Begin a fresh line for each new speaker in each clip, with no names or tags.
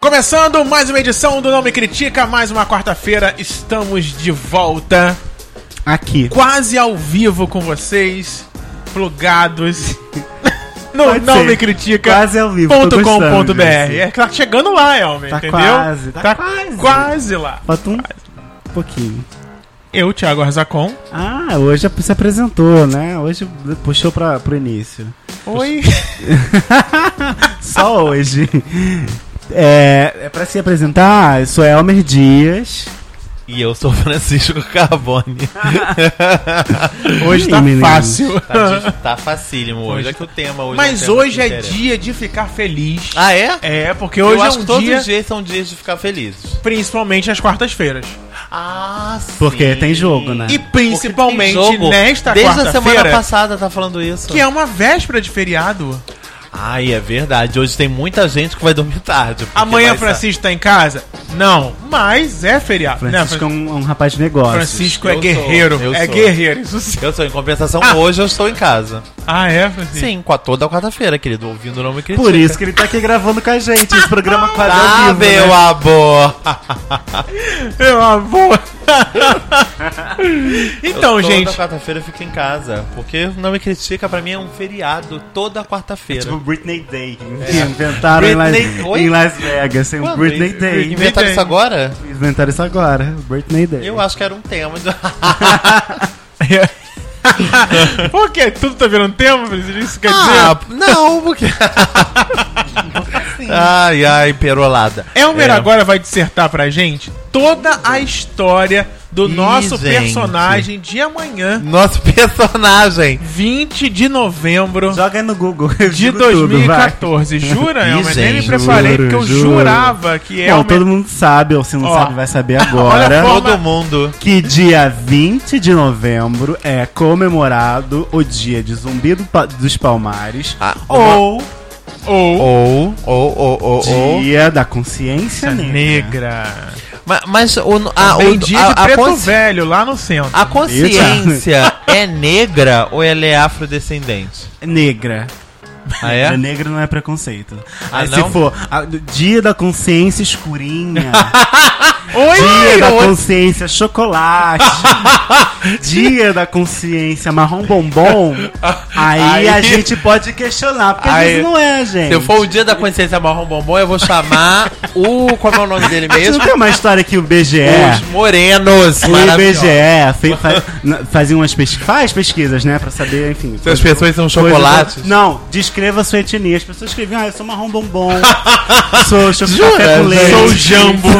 começando mais uma edição do Não Me Critica, mais uma quarta-feira, estamos de volta,
Aqui.
quase ao vivo com vocês, plugados. No
Pode
não
ser.
me critica.
Quase ao vivo, tô
Ponto com
gostando
ponto br.
disso.
É, tá chegando lá, Elmer,
Tá
entendeu?
quase, tá quase.
quase lá.
Falta um pouquinho.
Eu, Thiago Arzacon.
Ah, hoje se apresentou, né? Hoje puxou pra, pro início.
Oi.
Só hoje. É, é pra se apresentar, eu sou Elmer Dias.
E eu sou Francisco Carbone.
Hoje
Ih,
tá
menino.
fácil.
Tá, de- tá facílimo hoje. É que o tema hoje
Mas
é um tema
hoje
que
é
interessa.
dia de ficar feliz.
Ah, é?
É, porque
eu
hoje
acho
é um
que todos
dia,
os dias são dias de ficar felizes.
principalmente às quartas-feiras.
Ah, sim.
Porque tem jogo, né?
E principalmente
Porque tem jogo
nesta
Desde a semana
quarta-feira,
passada tá falando isso.
que é uma véspera de feriado.
Ai, é verdade. Hoje tem muita gente que vai dormir tarde. porque
Amanhã
vai sa-
Francisco tá em casa? Não, mas é feriado.
Francisco é
né?
um, um rapaz de negócio.
Francisco é
Eu sou,
guerreiro.
eu
é
sou.
guerreiro, isso sim.
Eu sou, em compensação,
Ah.
hoje eu estou em casa.
Ah, é, Francisco?
Sim, com a toda quarta-feira, querido. Ouvindo o nome critica.
Por isso que ele tá aqui gravando com a gente, esse programa quase ao
é. Ah,
vivo,
meu
né?
amor!
É uma boa. então,
Eu
gente.
Toda quarta-feira eu fico em casa. Porque não me critica, pra mim é um feriado toda quarta-feira.
Tipo Britney Day, que inventaram em,
Britney-
Las,
Oi?
em Las Vegas. Tem um
Quando
Britney
in-
Day.
Inventaram isso agora?
Inventaram isso agora, Britney Day.
Eu acho que era um tema. do-
Por quê? Tudo tá virando tempo, Francisco? Isso quer dizer.
ah, não, porque. ai, ai, perolada.
Elmer
É.
agora vai dissertar pra gente toda a história do
Ih,
nosso
gente.
personagem de amanhã,
Nosso personagem.
20 de novembro
Joga aí no Google.
de 2014. Jura,
Ih,
Elmer? Nem me
gente,
preparei, porque eu
juro, juro.
jurava que
Bom,
Elmer...
todo mundo sabe, ou se não
Ó,
sabe, vai saber
olha a
agora.
foto.
Todo mundo.
que dia 20 de novembro é comemorado o dia de zumbi do Pa- dos palmares.
ou,
Ou... Ou...
Ah, ou, ou, ou, ou, ou.
Dia da consciência
Consciência
negra.
negra.
Ma- Mas, o, a,
Bem
o-
dia
a-
de
a
preto
consci-
velho lá no centro.
a consciência é negra ou ela é afrodescendente?
Negra.
Ah,
Negra,
é?
Negra não é preconceito.
Ah,
Aí
não?
se for a- do dia da consciência escurinha,
Oi,
dia da
oi.
consciência chocolate, dia da consciência marrom bombom, aí,
Aí-
a gente pode questionar, porque às
Aí-
vezes não é, gente.
Se eu for o dia da consciência marrom bombom, eu vou chamar o. Como é o nome dele
A gente
mesmo?
não tem uma história que o BGE.
Os morenos.
O
maravilhosos.
IBGE fe, fa- na- fazia umas pesquisas. Faz pesquisas, né? Pra saber, enfim.
Se as pessoas são
coisas-
chocolates.
Não, descreva sua etnia. As pessoas escreviam, ah, eu sou marrom bombom. sou
Jura,
chocolate café com
gente?
leite.
É, Sou jambo.
Sou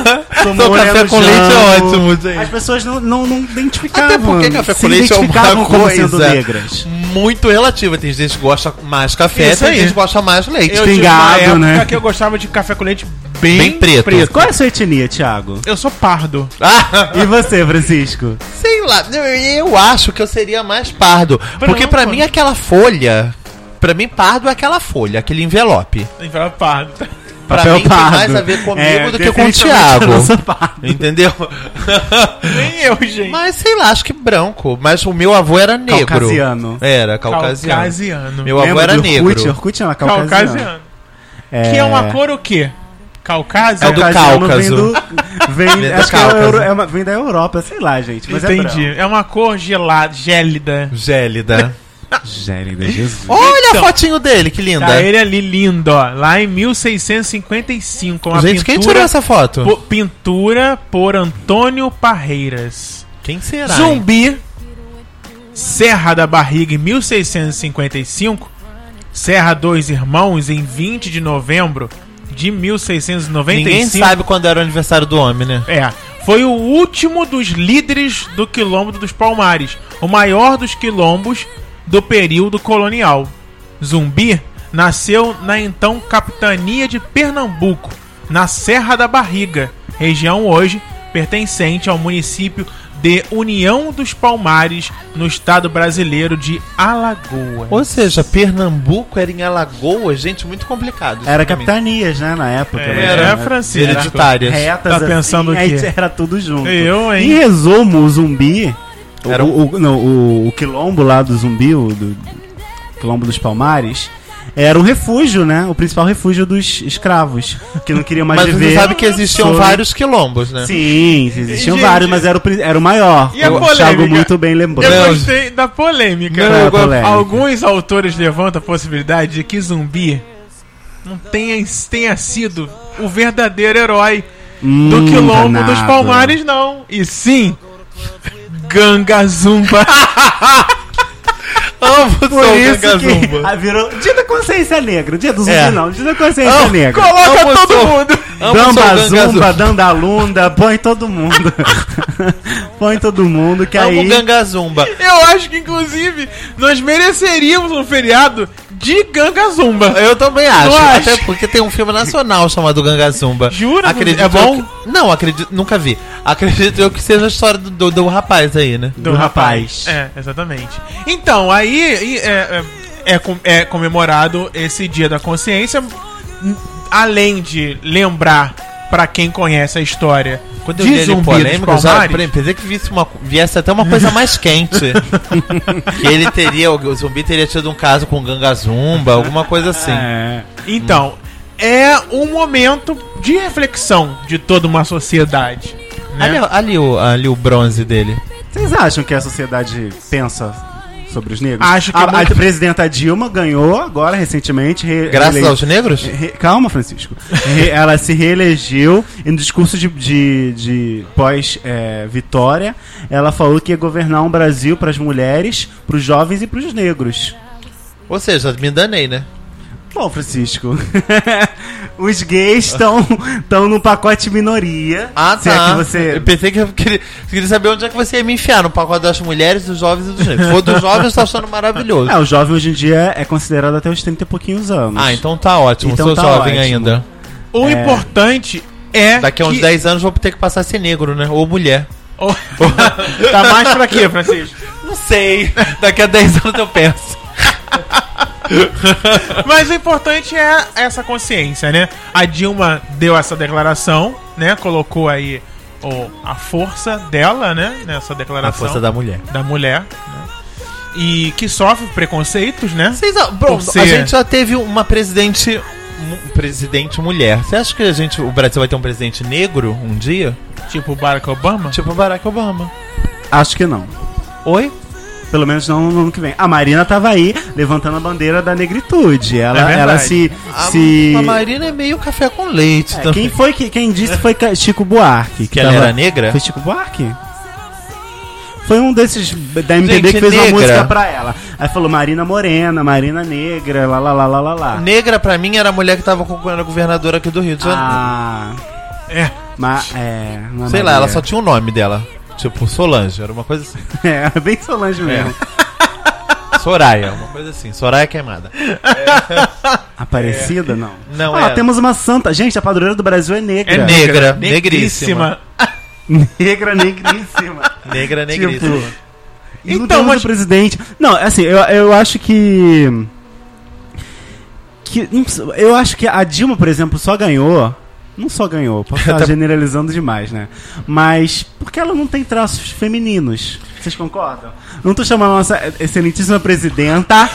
Sou
moreno
Então, café com leite é
jambo.
ótimo, gente.
As pessoas não, não, não identificavam.
Até porque café com
se
leite é uma
identificavam como sendo
coisa.
negras.
Muito relativa. Tem gente que gosta mais café,
Isso
tem
aí.
gente que gosta mais leite.
Eu tive uma
Espingado,
época
né?
que eu gostava de café com leite bem,
Bem preto.
Qual é a sua etnia, Thiago?
Eu sou pardo.
Ah,
E você, Francisco?
sei lá, eu, eu acho que eu seria mais pardo. Porque pra mim aquela folha. Pra mim, pardo é aquela folha, aquele envelope.
Tem que falar pardo.
Pra mim tem mais a ver comigo do que com o
É, definitivamente
Thiago.
eu não sou pardo.
Entendeu?
Nem eu, gente.
Mas sei lá, acho que branco. Mas o meu avô era negro.
Caucasiano.
Era, caucasiano.
Caucasiano.
Meu avô
Lembra
era
do Orkut?
negro.
Orkut não, é caucasiano.
Caucasiano. Que é uma cor o quê?
É
Caucásio?
do Cáucaso.
Vem,
Vem do
acho que é
Cáucaso.
Euro- é uma- vem da Europa, sei lá, gente. Mas
Entendi.
É
É, uma cor gelada, gélida.
Gélida.
Gélida, Jesus.
Olha
Então.
a fotinho dele, que linda.
Tá ele ali lindo, ó. Lá em 1655. Uma
Gente, quem tirou essa foto?
po- pintura por Antônio Parreiras.
Quem será? hein?
Zumbi, Serra da Barriga em 1655, Serra Dois Irmãos em 20 de novembro de 1695.
Ninguém sabe quando era o aniversário do homem, né?
É, foi o último dos líderes do Quilombo dos Palmares, o maior dos quilombos do período colonial. Zumbi nasceu na então capitania de Pernambuco, na Serra da Barriga, região hoje pertencente ao município de União dos Palmares, no estado brasileiro de Alagoas.
Ou seja, Pernambuco era em Alagoas, gente, muito complicado. isso
Era
pra mim.
capitanias, né, na época. né?
É, Era, Francisco.
Hereditárias.
Tá
Retas
pensando o
assim,
quê?
aí Era tudo junto.
Eu, hein?
Em resumo, o zumbi...
Era um-
o, o- não, o, o quilombo lá do zumbi, o, do, do quilombo dos palmares... era um refúgio, né? O principal refúgio dos escravos, que não queriam mais
Mas
viver.
você sabe que existiam
sobre-
vários quilombos, né?
Sim, existiam
Gente,
vários, mas era o, pri- era o maior.
e a
o
polêmica?
Thiago muito bem
Eu
lembrou.
Não.
gostei da polêmica.
Não,
Eu-
a polêmica.
Alguns autores levantam a possibilidade de que zumbi não tenha, tenha sido o verdadeiro herói do
Hum,
quilombo
danado.
dos palmares, não. E sim, Ganga Zumba.
Amo
Por isso que
Gazumba.
Ah, virou dia da consciência negra, dia do zumbi
É.
não, dia da consciência
Ah,
negra.
Coloca
Não,
todo
moço.
mundo.
Amo
Damba
seu Ganga
zumba,
Zumba.
dandalunda, põe todo mundo. põe todo mundo que é
Amo
aí...
Ganga Zumba.
Eu acho que, inclusive, nós mereceríamos um feriado de Ganga Zumba.
Eu também acho.
Não
até
acho.
porque tem um filme nacional chamado Ganga Zumba.
Jura?
Acredito
É bom?
eu que- Não, acredito. Nunca vi. Acredito eu que seja a história do, do, do rapaz aí, né?
Do rapaz.
É, exatamente. Então, aí e, é, é, é com- é comemorado esse Dia da Consciência. N- Além de lembrar, pra quem conhece a história
Quando eu li ele
zumbi
polêmico, eu
dos
já
palmares,
pensei que viesse, uma, viesse até uma coisa mais quente. que ele teria, o zumbi teria tido um caso com Ganga Zumba, alguma coisa assim.
É.
Então, é um momento de reflexão de toda uma sociedade. né?
Ali, ali o, ali o bronze dele.
Vocês acham que a sociedade pensa sobre os negros?
Acho que
a,
é muito-
a presidenta Dilma ganhou agora recentemente. re-
Graças
reele-
aos negros?
Re- Calma, Francisco. Re- Ela se reelegeu e no discurso de, de, de pós-vitória. ela falou que ia governar um Brasil para as mulheres, para os jovens e para os negros.
Ou seja, me danei, né?
Bom, Francisco, os gays estão tão num pacote minoria.
Ah,
se
tá.
É que você...
Eu pensei que eu queria, queria saber onde é que você ia me enfiar no pacote das mulheres, dos jovens e dos negros. Se for dos jovens, eu tô achando maravilhoso.
É, o jovem hoje em dia é considerado até os 30 e pouquinhos anos.
Ah, então tá ótimo.
Então
Sou
tá
jovem
ótimo.
ainda.
O
É.
importante é.
Daqui a uns
que-
10 anos vou ter que passar a ser negro, né? Ou mulher.
tá mais pra quê, Francisco?
Não sei. Daqui a 10 anos eu penso.
Mas o importante é essa consciência, né? A Dilma deu essa declaração, né? Colocou aí o- a força dela, né? Nessa
Na
declaração
força da mulher.
da mulher. né? E que sofre preconceitos, né?
Vocês, ah, bom,
Por ser-
a gente já teve uma presidente. mu- Presidente mulher. Você acha que a gente, o Brasil vai ter um presidente negro um dia?
Tipo Barack Obama.
Tipo Barack Obama.
Acho que não.
Oi?
Pelo menos não no ano que vem. A Marina tava aí levantando a bandeira da negritude. Ela,
É verdade.
ela se.
A,
se...
a Ah, Marina é meio café com leite.
É,
também.
quem foi que quem disse foi Ca- Chico Buarque.
Que ela era negra?
Foi Chico Buarque? Foi um desses da MPB
Gente
que fez
negra.
uma música pra ela. Aí falou Marina Morena, Marina Negra, lá lá lá lá lá lá.
Negra pra mim era a mulher que tava concorrendo a governadora aqui do Rio de Janeiro.
Ah,
É.
mas é. não é
Sei lá, ela só
Maria.
tinha o nome dela. Tipo, Solange, era uma coisa assim.
É, bem Solange mesmo.
Soraya, uma coisa assim. Soraya queimada.
Aparecida, não.
Não,
ah,
é.
temos uma santa. Gente, a padroeira do Brasil é negra.
É negra,
Negríssima.
negríssima.
Negra, negríssima.
Negra, negríssima.
Tipo, e
Então,
então, mas...
mas-
do presidente. Não, assim, eu, eu acho que. que não sei, eu acho que a Dilma, por exemplo, só ganhou. Não só ganhou, posso estar generalizando demais, né? Mas porque ela não tem traços femininos. Vocês concordam? Não tô chamando a nossa excelentíssima presidenta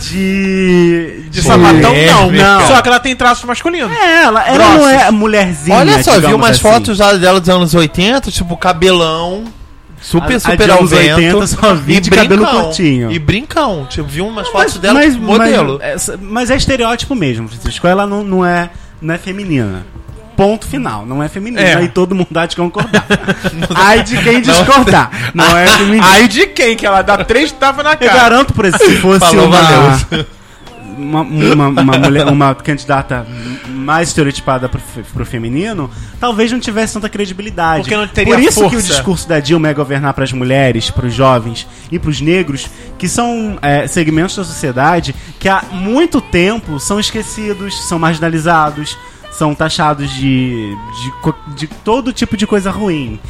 de.
De sapatão, não.
Polêmica.
Só que ela tem traços masculinos.
É, ela, ela não é mulherzinha.
Olha só, vi
digamos
umas
assim.
fotos já dela dos anos 80, tipo, cabelão. Super,
A- a
super
de
ao
anos 80
vento.
só vi de cabelo curtinho.
E brincão. Tipo, vi umas fotos
Mas-
dela
mas-
tipo, modelo.
Mas, é, mas é estereótipo mesmo, Francisco. Ela não, não, é, não é feminina. Ponto final, não é feminina.
É.
Aí todo mundo há de concordar. Ai de quem discordar. Não, é feminina.
Aí de quem? Que ela dá três tapas na
Eu
cara.
garanto pra se fosse
Falou,
uma,
valeu.
uma, uma, uma mulher, uma candidata mais estereotipada pro, fe- pro feminino, talvez não tivesse tanta credibilidade.
Porque não teria
Por isso que o
força.
discurso da Dilma é governar pras mulheres, pros jovens e pros negros, que são é, segmentos da sociedade que há muito tempo são esquecidos, são marginalizados, são taxados de, de, co- de todo tipo de coisa ruim.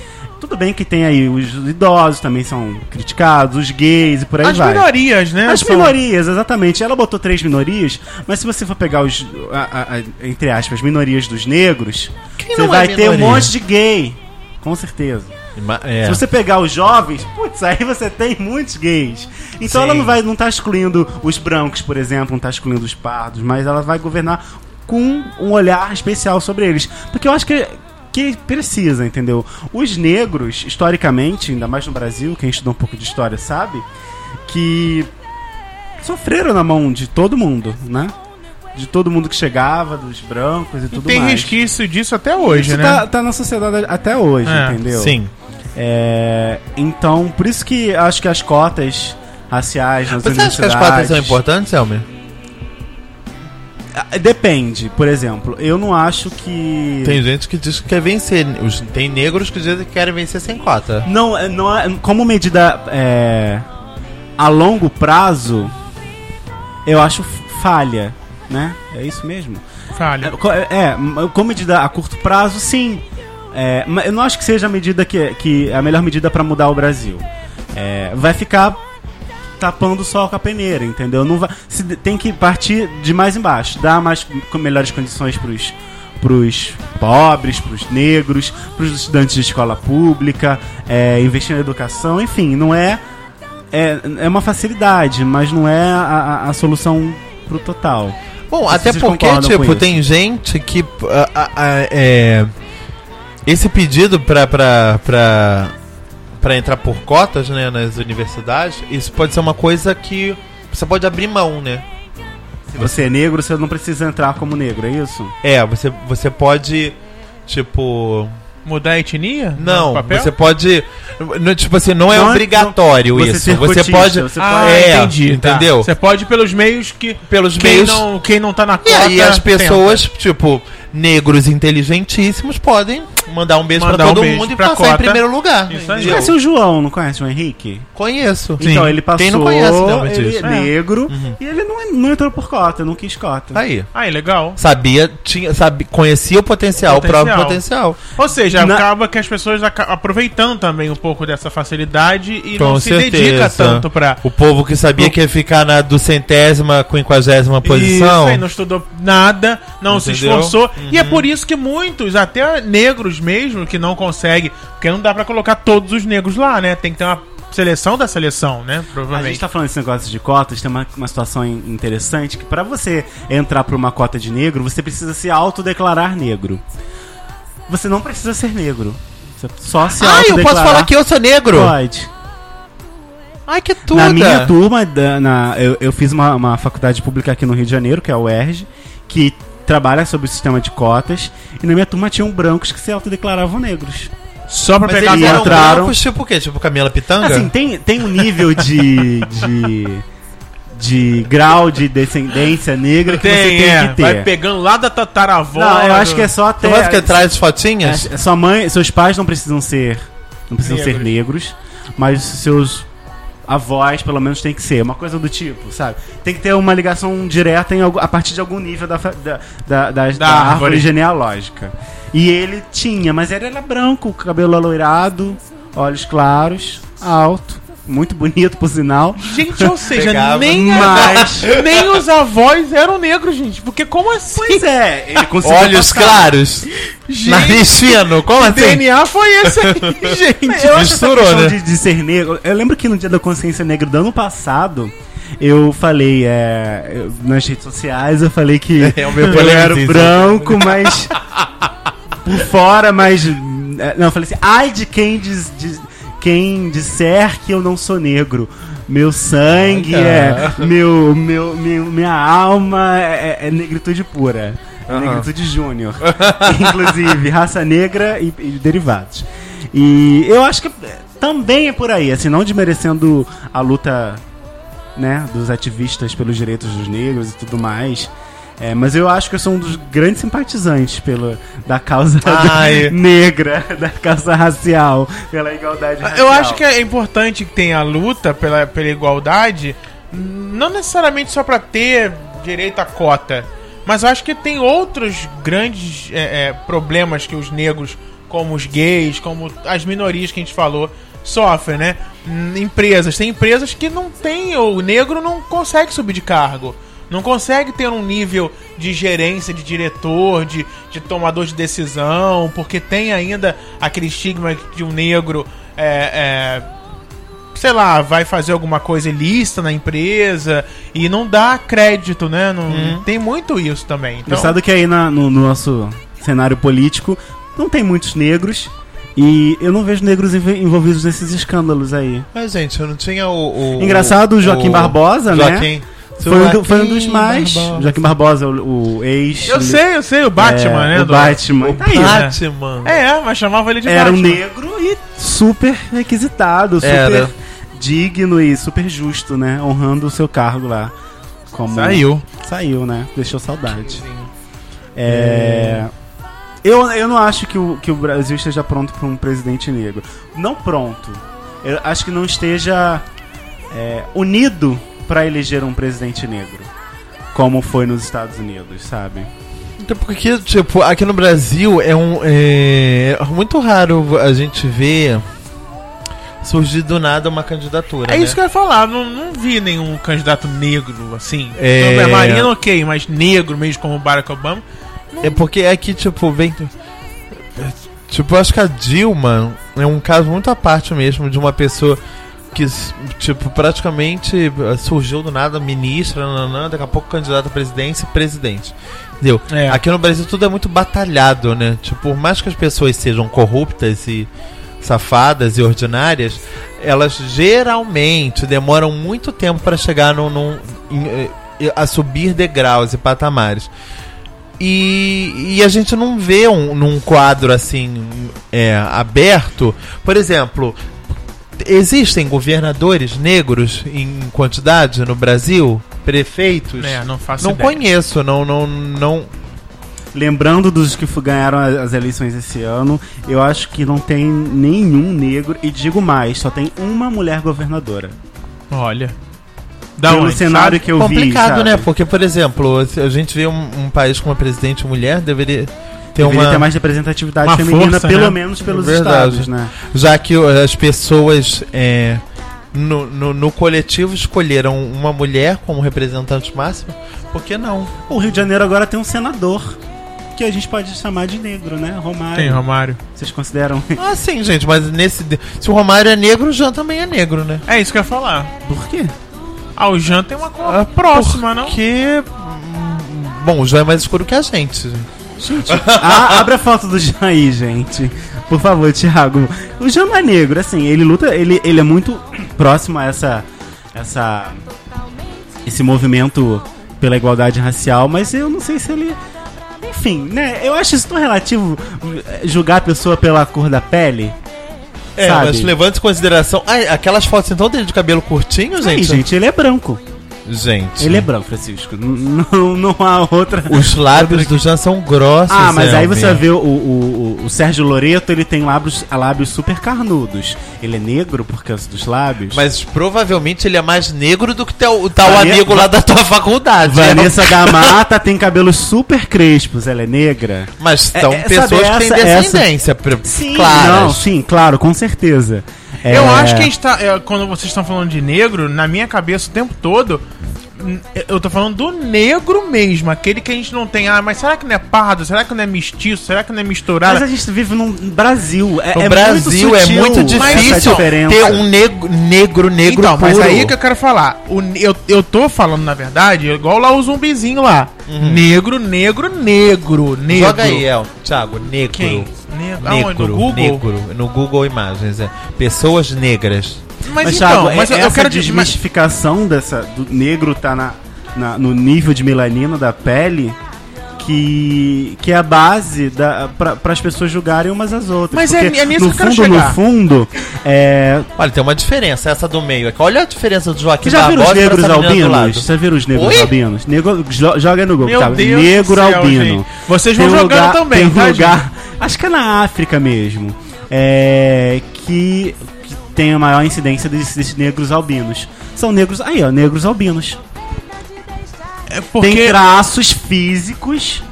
Tudo bem que tem aí os idosos também são criticados, os gays e por aí
As
vai.
minorias, né?
As
são-
minorias, exatamente. Ela botou três minorias, mas se você for pegar os, a- a- a- entre aspas, minorias dos negros,
Quem
você
não é
vai ter um
minoria?
monte de gay. Com certeza.
Ma- é.
Se você pegar os jovens, putz, aí você tem muitos gays. Então
Sim.
ela não vai, não tá excluindo os brancos, por exemplo, não tá excluindo os pardos, mas ela vai governar com um olhar especial sobre eles. Porque eu acho que que precisa, entendeu? Os negros, historicamente, ainda mais no Brasil, quem estudou um pouco de história sabe, que sofreram na mão de todo mundo, né? De todo mundo que chegava, dos brancos e
E
tudo
tem
mais.
resquício disso até hoje,
Isso
né?
tá, tá na sociedade até hoje,
É,
entendeu?
Sim.
É, então, por isso que acho que as cotas raciais nas
Você acha que as
universidades...
cotas são importantes, Elmer?
Ah, Depende. Por exemplo, eu não acho que...
Tem gente que diz que quer vencer. Os- Tem negros que dizem que querem vencer sem cota.
Não, é, não é- como medida é, a longo prazo, eu acho falha, né? É isso mesmo? É,
Falha.
co- É, m- como medida a curto prazo, sim. É, mas eu não acho que seja a medida que, que é a melhor medida para mudar o Brasil. É, vai ficar tapando o sol com a peneira, entendeu? Não vai, se de- tem que partir de mais embaixo, dar mais com melhores condições pros pros pobres, pros negros, pros estudantes de escola pública, é, investir na educação, enfim, não é é, é uma facilidade, mas não é a, a- a solução pro total.
Bom,
Vocês
até porque,
concordam com
tipo,
isso?
tem gente que. ah, ah, ah, é, esse pedido pra, pra, pra, pra entrar por cotas né, nas universidades, isso pode ser uma coisa que você pode abrir mão, né?
Se você é negro, você não precisa entrar como negro, é isso?
É, você, você pode, tipo.
Mudar a etnia?
Não,
No papel?
você pode. n- Tipo assim, não é
Não é-
obrigatório
não- você
isso.
ser
Você
cotista,
pode.
você
Ah,
pode-
é,
entendi. tá.
entendeu?
Você pode ir pelos meios que.
Pelos
Quem,
meios.
não, quem não tá na cota.
E aí as
tenta.
pessoas, tipo, negros inteligentíssimos podem mandar um beijo
Mandar
pra todo
um beijo
mundo e
pra
passar em
cota.
primeiro lugar.
Isso aí.
Você
entendeu?
conhece o João, não conhece o Henrique?
Conheço.
Então, ele passou,
Quem não conhece, não,
ele
disso?
é
É.
negro, e ele não, não entrou por cota, não quis cota.
Uhum. tá Aí.
Aí, legal.
Sabia, tinha, sabia, conhecia o potencial,
Potencial.
o próprio potencial.
Ou seja,
Na-
acaba que as pessoas aca- aproveitando também um pouco dessa facilidade e não se
certeza.
dedica tanto pra.
O povo que sabia
Pro-
que ia ficar na duzentésima, quinquagésima posição.
Isso aí, não estudou nada, não se
Entendeu?
esforçou. E é
Uhum.
por isso que muitos, até negros mesmo, que não conseguem. Porque não dá pra colocar todos os negros lá, né? Tem que ter uma seleção da seleção, né?
A gente
Provavelmente.
tá falando desse negócio de cotas, tem uma, uma situação in- interessante que pra você entrar pra uma cota de negro, você precisa se autodeclarar negro. Você não precisa ser negro. Você só se
Ah, eu posso
autodeclarar
falar que eu sou negro?
Pode.
Ai, que tudo.
Na minha turma, da- na- eu, eu fiz uma, uma faculdade pública aqui no Rio de Janeiro, que é a UERJ, que trabalha sobre o sistema de cotas, e na minha turma tinham brancos que se autodeclaravam negros.
Só pra
Mas
pegar
eles
a
agora.
eram
entraram.
brancos, tipo o quê? Tipo Camila Pitanga?
Assim, tem, tem um nível de. de de grau de descendência negra que você tem
é,
que ter.
Vai pegando lá da tataravó.
Não, eu
lá
acho
do-
que é só até.
Tu vai ficar atrás de fotinhas?
é, sua mãe, seus pais não precisam ser, não precisam ser negros, mas seus avós pelo menos tem que ser, uma coisa do tipo, sabe? Tem que ter uma ligação direta em algu- a partir de algum nível da, fa- da, da, da- da árvore.
árvore.
genealógica. E ele tinha, mas ele era branco, cabelo aloirado, olhos claros, alto, muito bonito por sinal.
Gente, ou seja,
Pegava.
nem, a-
Mas-
nem os avós eram negros, gente. Porque como assim?
Pois é, ele conseguiu
Olhos
passar.
claros.
Gente,
Nariz fino. Como
que
assim?
DNA Ah, foi esse aí, gente.
Eu acho essa
Misturou,
questão
né?
de, de ser negro. Eu lembro que no Dia da Consciência Negra do ano passado, eu falei é, eu- nas redes sociais, eu falei que
É, o meu
eu era
polêmico,
branco, mas por fora, mas é, não, eu falei assim, ai de quem diz, diz- quem disser que eu não sou negro. Meu sangue
Olha.
é meu, meu, meu- minha alma é, é negritude pura. É
Aham.
Negritude Júnior. Inclusive, raça negra e, e derivados. E eu acho que eh, também é por aí, assim, não desmerecendo a luta né, dos ativistas pelos direitos dos negros e tudo mais. É, mas eu acho que eu sou um dos grandes simpatizantes pela, da causa
Ai.
negra, da causa racial, pela igualdade racial.
Eu acho que é importante que tenha a luta pela, pela igualdade, não necessariamente só pra ter direito à cota, mas eu acho que tem outros grandes é, é, problemas que os negros, como os gays, como as minorias que a gente falou, sofrem, né? Hum, Empresas. Tem empresas que não tem, o negro não consegue subir de cargo. Não consegue ter um nível de gerência, de diretor, de, de tomador de decisão, porque tem ainda aquele estigma de um negro é, é, sei lá, vai fazer alguma coisa ilícita na empresa e não dá crédito, né? Não,
Uhum.
Tem muito isso também. Então,
Engraçado que aí na- no, no nosso cenário político não tem muitos negros e eu não vejo negros env- envolvidos nesses escândalos aí.
Mas, gente, eu não tinha o. o-
Engraçado o Joaquim Barbosa, né?
Joaquim.
Foi um, do- foi um dos
Joaquim
mais.
Barbosa.
Joaquim Barbosa, o, o ex.
eu sei, eu sei, o Batman,
é,
né?
O
do-
Batman. Tá aí, né?
Batman.
É, mas chamava ele de
Era um
Batman.
negro e super requisitado, super
Era.
digno e super justo, né? Honrando o seu cargo lá. Como...
Saiu.
Saiu, né? Deixou saudade. É... Eu, eu não acho que o, que o Brasil esteja pronto para um presidente negro. Não pronto. Eu acho que não esteja é, unido para eleger um presidente negro. Como foi nos Estados Unidos, sabe?
Então, porque, tipo, aqui no Brasil é um. É, é muito raro a gente ver surgir do nada uma candidatura.
É
né?
isso que eu ia falar, não, não vi nenhum candidato negro, assim.
É.
Sobre a Marina, ok, mas negro mesmo como o Barack Obama.
É porque é que, tipo, vem. Tipo, eu acho que a Dilma é um caso muito à parte mesmo de uma pessoa que, s- tipo, praticamente eh, surgiu do nada, ministra, nananã, daqui a pouco candidata à presidência e presidente. Entendeu?
É.
Aqui no Brasil tudo é muito batalhado, né? Tipo, por mais que as pessoas sejam corruptas e safadas e ordinárias, elas geralmente demoram muito tempo para chegar num, num- em, eh, a subir degraus e patamares. E, e a gente não vê um, num quadro assim é, aberto. Por exemplo, existem governadores negros em quantidade no Brasil? Prefeitos?
É, não faço
não
ideia.
conheço, não, não, não.
Lembrando dos que fu- ganharam a- as eleições esse ano, eu acho que não tem nenhum negro, e digo mais, só tem uma mulher governadora.
Olha. Da
Pelo
onde,
cenário
sabe?
que eu
complicado,
vi,
né?
sabe?
Porque, por exemplo, se a gente vê um, um país com uma presidente mulher, deveria ter
Deveria
uma.
ter mais representatividade
uma
feminina,
força,
pelo
né?
menos pelos
Verdade.
estados, né?
Já que ó, as pessoas é, no, no, no coletivo escolheram uma mulher como representante máxima, por que não?
O Rio de Janeiro agora tem um senador, que a gente pode chamar de negro, né? Romário.
Tem, Romário.
Vocês consideram?
Ah, sim, gente, mas nesse. de- Se o Romário é negro, o Jean também é negro, né?
É isso que eu ia falar.
Por quê?
Ah, o Jean tem uma cor próxima, não?
Porque. Bom, o Jean é mais escuro que a gente.
Gente, a- abre a foto do Jean aí, gente. Por favor, Thiago. O Jean não é negro, assim, ele luta, ele, ele é muito próximo a essa, essa. esse movimento pela igualdade racial, mas eu não sei se ele. Enfim, né? Eu acho isso tão relativo eh, julgar a pessoa pela cor da pele.
É,
sabe?
mas levando em consideração. Ah, aquelas fotos então dele de cabelo curtinho, gente.
Aí, gente, ele é branco.
Gente.
Ele é branco, Francisco. N- Não, não há outra.
Os lábios do Jean são grossos.
Ah, mas aí você
Elmer.
vê o, o, o- o Sérgio Loreto, ele tem lábios, lábios super carnudos. Ele é negro por causa dos lábios.
Mas provavelmente ele é mais negro do que teu, o tal
Vanessa-
amigo lá da tua faculdade.
Vanessa da Mata tem cabelos super crespos, ela é negra.
Mas são
é, sabe,
pessoas que
essa-
têm
essa-
descendência, claro.
Claro. Não, sim, claro, com certeza. É,
Eu acho que a gente tá. é, quando vocês estão falando de negro, na minha cabeça o tempo todo. n- Eu tô falando do negro mesmo, aquele que a gente não tem. Ah, mas será que não é pardo? Será que não é mestiço? Será que não é misturado?
Mas a gente vive num Brasil. É,
O
é
Brasil
muito
é
sutil
muito
essa
difícil
diferença.
ter um negro, negro, é negro
então, mas
puro.
aí que eu quero falar. O ne- eu, eu tô falando, na verdade, igual lá o zumbizinho lá. Negro, negro, negro, negro.
Joga aí, é. El. Thiago, negro.
Quem? Negro. Aonde?
Negro,
No Google?
negro. No Google Imagens, é. Pessoas negras.
Mas,
Mas,
então,
Thiago, é
mas eu,
essa
eu quero dizer. mas-
desmistificação dessa, do negro tá na, na- no nível de melanina da pele que, que é a base da, para as pessoas julgarem umas às outras.
Mas é-
Porque
é nisso
no
que eu quero
fundo,
chegar.
No fundo, é,
Olha, tem uma diferença, essa do meio. aqui. Olha a diferença do Joaquim
Vocês já viram os
Barbosa pra
negros
essa menina do lado.
albinos? Já viram os negros
Oi?
albinos? Negro, jo- joga aí no Google,
Meu
sabe?
Deus do
tá? Negro
céu,
albino.
gente. Vocês vão jogando também,
tem um
tá, gente?
lugar, Acho que é na África mesmo. É, que, que tem a maior incidência desses, desses negros albinos. São negros. Aí, ó, negros albinos.
é porque
Tem traços físicos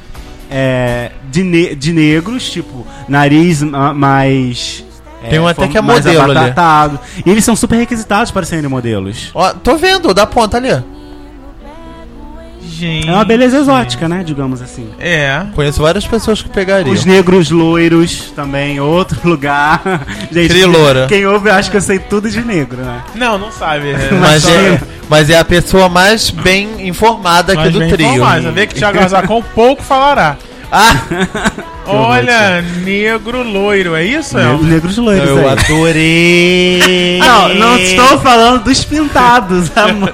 é, de, ne- de negros, tipo, nariz ma- mais.
Tem um até
form-
que é
mais
modelo ali.
abatatado. E eles são super requisitados para serem modelos.
Ó, tô vendo, da ponta ali. ó.
Gente.
É uma beleza exótica, né? Digamos assim.
É.
Conheço várias pessoas que pegariam.
Os negros loiros também, outro lugar. Gente,
Triloura.
Quem ouve acha que eu sei tudo de negro, né?
Não, não sabe. É.
Mas
Só-
é, mas é a pessoa mais bem
é
informada aqui
Mas
do
bem
trio.
informado, Você vê que Thiago Azacon pouco falará.
Ah,
Olha, negro loiro, é isso?
Ne-
Elvis?
negros loiros aí.
eu adorei.
Não, não estou falando dos pintados, amor.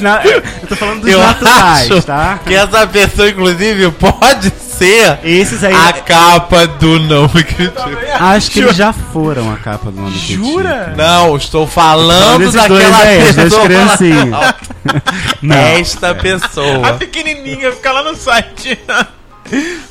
Na- Eu tô falando dos
Eu acho
naturais, tá?
que essa pessoa, inclusive, pode ser
Esses aí,
a capa do Não Me Critica.
acho que eles já foram a capa do nome do
Jura?
Não, estou falando
Esses Então, dois
daquela
aí, as duas
pessoa.
criancinhas.
assim.
Não.
Esta
A
pessoa.
pequenininha fica lá no site.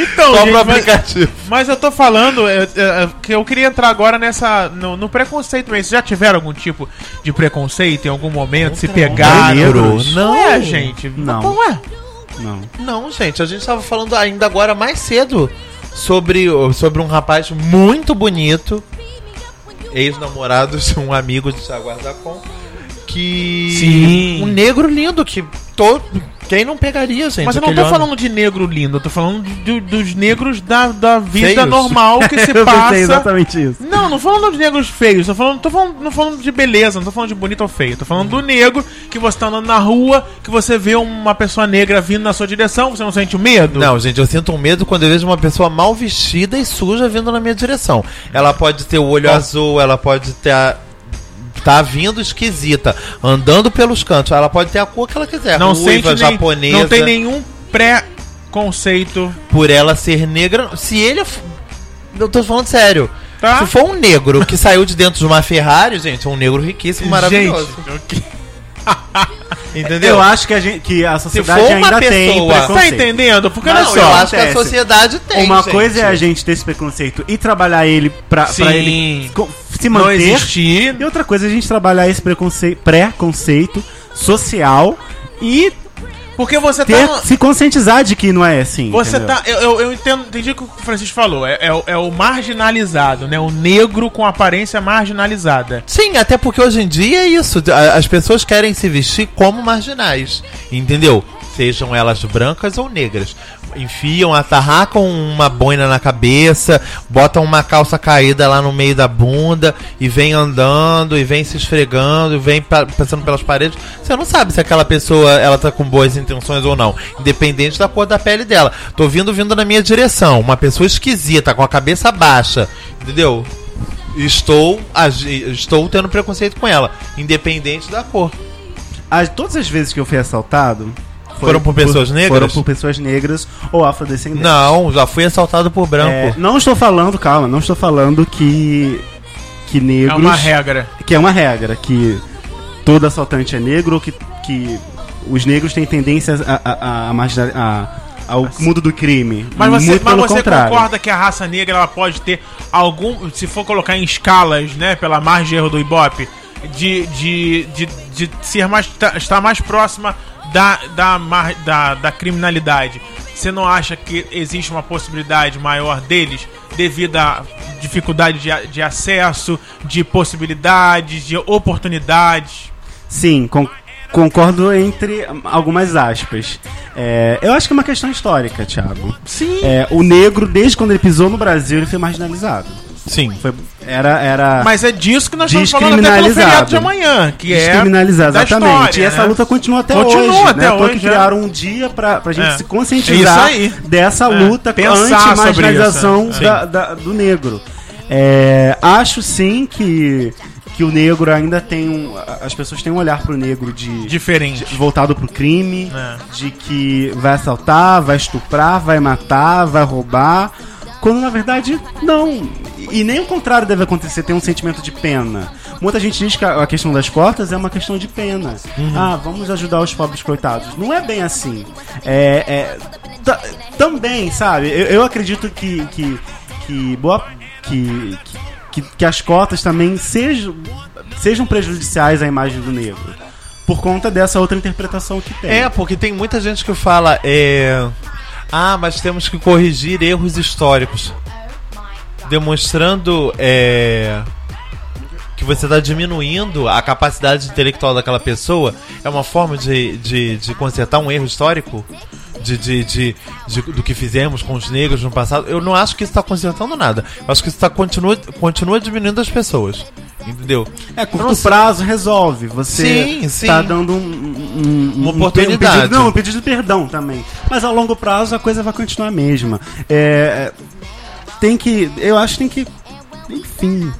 Então,
Só
gente,
pro
mas,
aplicativo.
mas eu tô falando eu- eu- que eu queria entrar agora nessa no, no preconceito mesmo. Vocês já tiveram algum tipo de preconceito em algum momento? se pegaram?
negros?
Não,
é, gente.
Não.
Não é.
Não.
Não, gente, a gente tava falando ainda agora mais cedo sobre, sobre um rapaz muito bonito, ex-namorado de um amigo de Jaguar da Com, que.
Sim.
Um negro lindo que. To... Quem não pegaria, gente?
Mas eu não
aquele
tô
homem?
falando de negro lindo, eu tô falando do- dos negros da, da vida
Feios.
normal que se
Eu pensei
passa.
exatamente isso.
Não, não falando de negros feios, tô falando, tô falando, não falando de beleza, não tô falando de bonito ou feio, tô falando do negro que você tá andando na rua, que você vê uma pessoa negra vindo na sua direção, você não sente o medo?
Não, gente, eu sinto um medo quando eu vejo uma pessoa mal vestida e suja vindo na minha direção. Ela pode ter o olho azul, ela pode ter a. Tá vindo esquisita, andando pelos cantos. Ela pode ter a cor que ela quiser.
não
ruiva,
nem-
japonesa.
Não tem nenhum pré-conceito.
por ela ser negra. Se ele. é f- Eu tô falando sério.
Tá.
Se for um negro que saiu de dentro de uma Ferrari, gente, é um negro riquíssimo, maravilhoso.
Gente, eu que-
entendeu?
Eu acho que a, gente, que a sociedade
for uma
ainda tem
pessoa-
tá
preconceito.
entendendo? Porque
Não,
olha
eu
só.
acho que a
acontece.
sociedade tem.
Uma
gente.
coisa é a gente ter esse preconceito e trabalhar ele pra,
Sim.
pra ele co- se
Não
manter.
existir.
E outra coisa é a gente trabalhar esse preconceito, pré-conceito social e
Porque você
ter,
tá.
se conscientizar de que não é assim.
Você
entendeu?
tá. Eu, eu, eu entendo, entendi o que o Francisco falou. É, é o- é o marginalizado, né? O negro com aparência marginalizada.
Sim, até porque hoje em dia é isso. A- As pessoas querem se vestir como marginais. Entendeu? Sejam elas brancas ou negras. Enfiam, atarracam uma boina na cabeça, botam uma calça caída lá no meio da bunda e vem andando, e vem se esfregando, e vem pa- passando pelas paredes. Você não sabe se aquela pessoa ela tá com boas intenções ou não, independente da cor da pele dela. Tô vindo, vindo na minha direção, uma pessoa esquisita, com a cabeça baixa, entendeu? Estou, agi- estou tendo preconceito com ela, independente da cor.
As- todas as vezes que eu fui assaltado. foi
Foram por pessoas negras?
Foram por pessoas negras ou afrodescendentes.
Não, já fui assaltado por
É,
branco.
não estou falando, calma, não estou falando que. Que negros.
É uma regra.
que é uma regra, que todo assaltante é negro, ou que, que os negros têm tendência a, a, a, margina- a- ao mundo do crime.
Mas você,
Muito
mas
pelo
você
contrário.
concorda que a raça negra ela pode ter algum. Se for colocar em escalas, né? Pela margem de erro do Ibope, de, de, de, de ser mais, tá- estar mais próxima da, da, mar- da, da criminalidade. Você não acha que existe uma possibilidade maior deles devido à dificuldade de, a- de acesso, de possibilidades, de oportunidades?
Sim, con- concordo entre algumas aspas. É, eu acho que é uma questão histórica, Thiago.
Sim.
É, o negro, desde quando ele pisou no Brasil, ele foi marginalizado.
Sim.
Foi, era, era
Mas é disso que nós estamos falando até pelo
Descriminalizado.
feriado de amanhã, que é
descriminalizado,
da
exatamente.
história,
e essa
né?
luta continua até
Continua
hoje.
até
né? À toa
hoje,
que
é.
criaram um dia pra, pra gente
É.
se conscientizar
Isso aí. É.
dessa luta
Pensar sobre
anti-marginalização
isso, é.
da- da- do negro. É, acho sim que, que o negro ainda tem um. As pessoas têm um olhar pro negro de.
Diferente.
de- voltado pro crime,
É.
de que vai assaltar, vai estuprar, vai matar, vai roubar, quando na verdade não. E nem o contrário deve acontecer, tem um sentimento de pena. Muita gente diz que a a questão das cotas é uma questão de pena. Ah, vamos ajudar os pobres coitados. Não é bem assim. É, é, ta- também, sabe? Eu, eu acredito que que que boa que, que, que as cotas também sejam sejam prejudiciais à imagem do negro por conta dessa outra interpretação que tem.
É, porque tem muita gente que fala, é, ah, mas temos que corrigir erros históricos, demonstrando é, que você está diminuindo a capacidade intelectual daquela pessoa é uma forma de, de, de consertar um erro histórico de, de, de, de- do que fizemos com os negros no passado. Eu não acho que isso está consertando nada. Eu acho que isso tá, continua, continua diminuindo as pessoas. Entendeu?
É, curto
Eu não sei.
prazo resolve. Você
então, assim, Sim, sim.
tá dando um, um- um-
Uma
um pe- um
oportunidade.
pedido- não, um pedido de perdão também. Mas a longo prazo a coisa vai continuar a mesma. É, tem que. Eu acho que tem que. Enfim.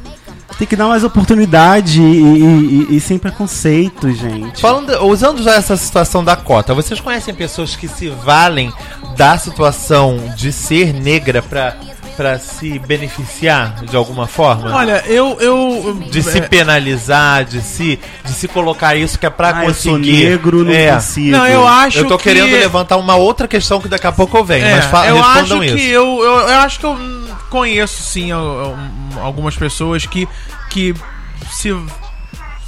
Tem que dar mais oportunidade e, e- e- e sem preconceito, gente.
Falando, usando já essa situação da cota, vocês conhecem pessoas que se valem da situação de ser negra pra, pra se beneficiar de alguma forma?
Olha, é. eu. eu
de se penalizar, de se, de se colocar isso que é pra
Ah, eu sou
conseguir.
negro, não
é.
consigo.
Não, eu acho
Eu tô
que- É,
querendo levantar uma outra questão que daqui a pouco eu venho, mas fa-
eu
respondam
acho
isso.
que eu, eu, eu acho que eu hum, conheço sim al- al- algumas pessoas que que se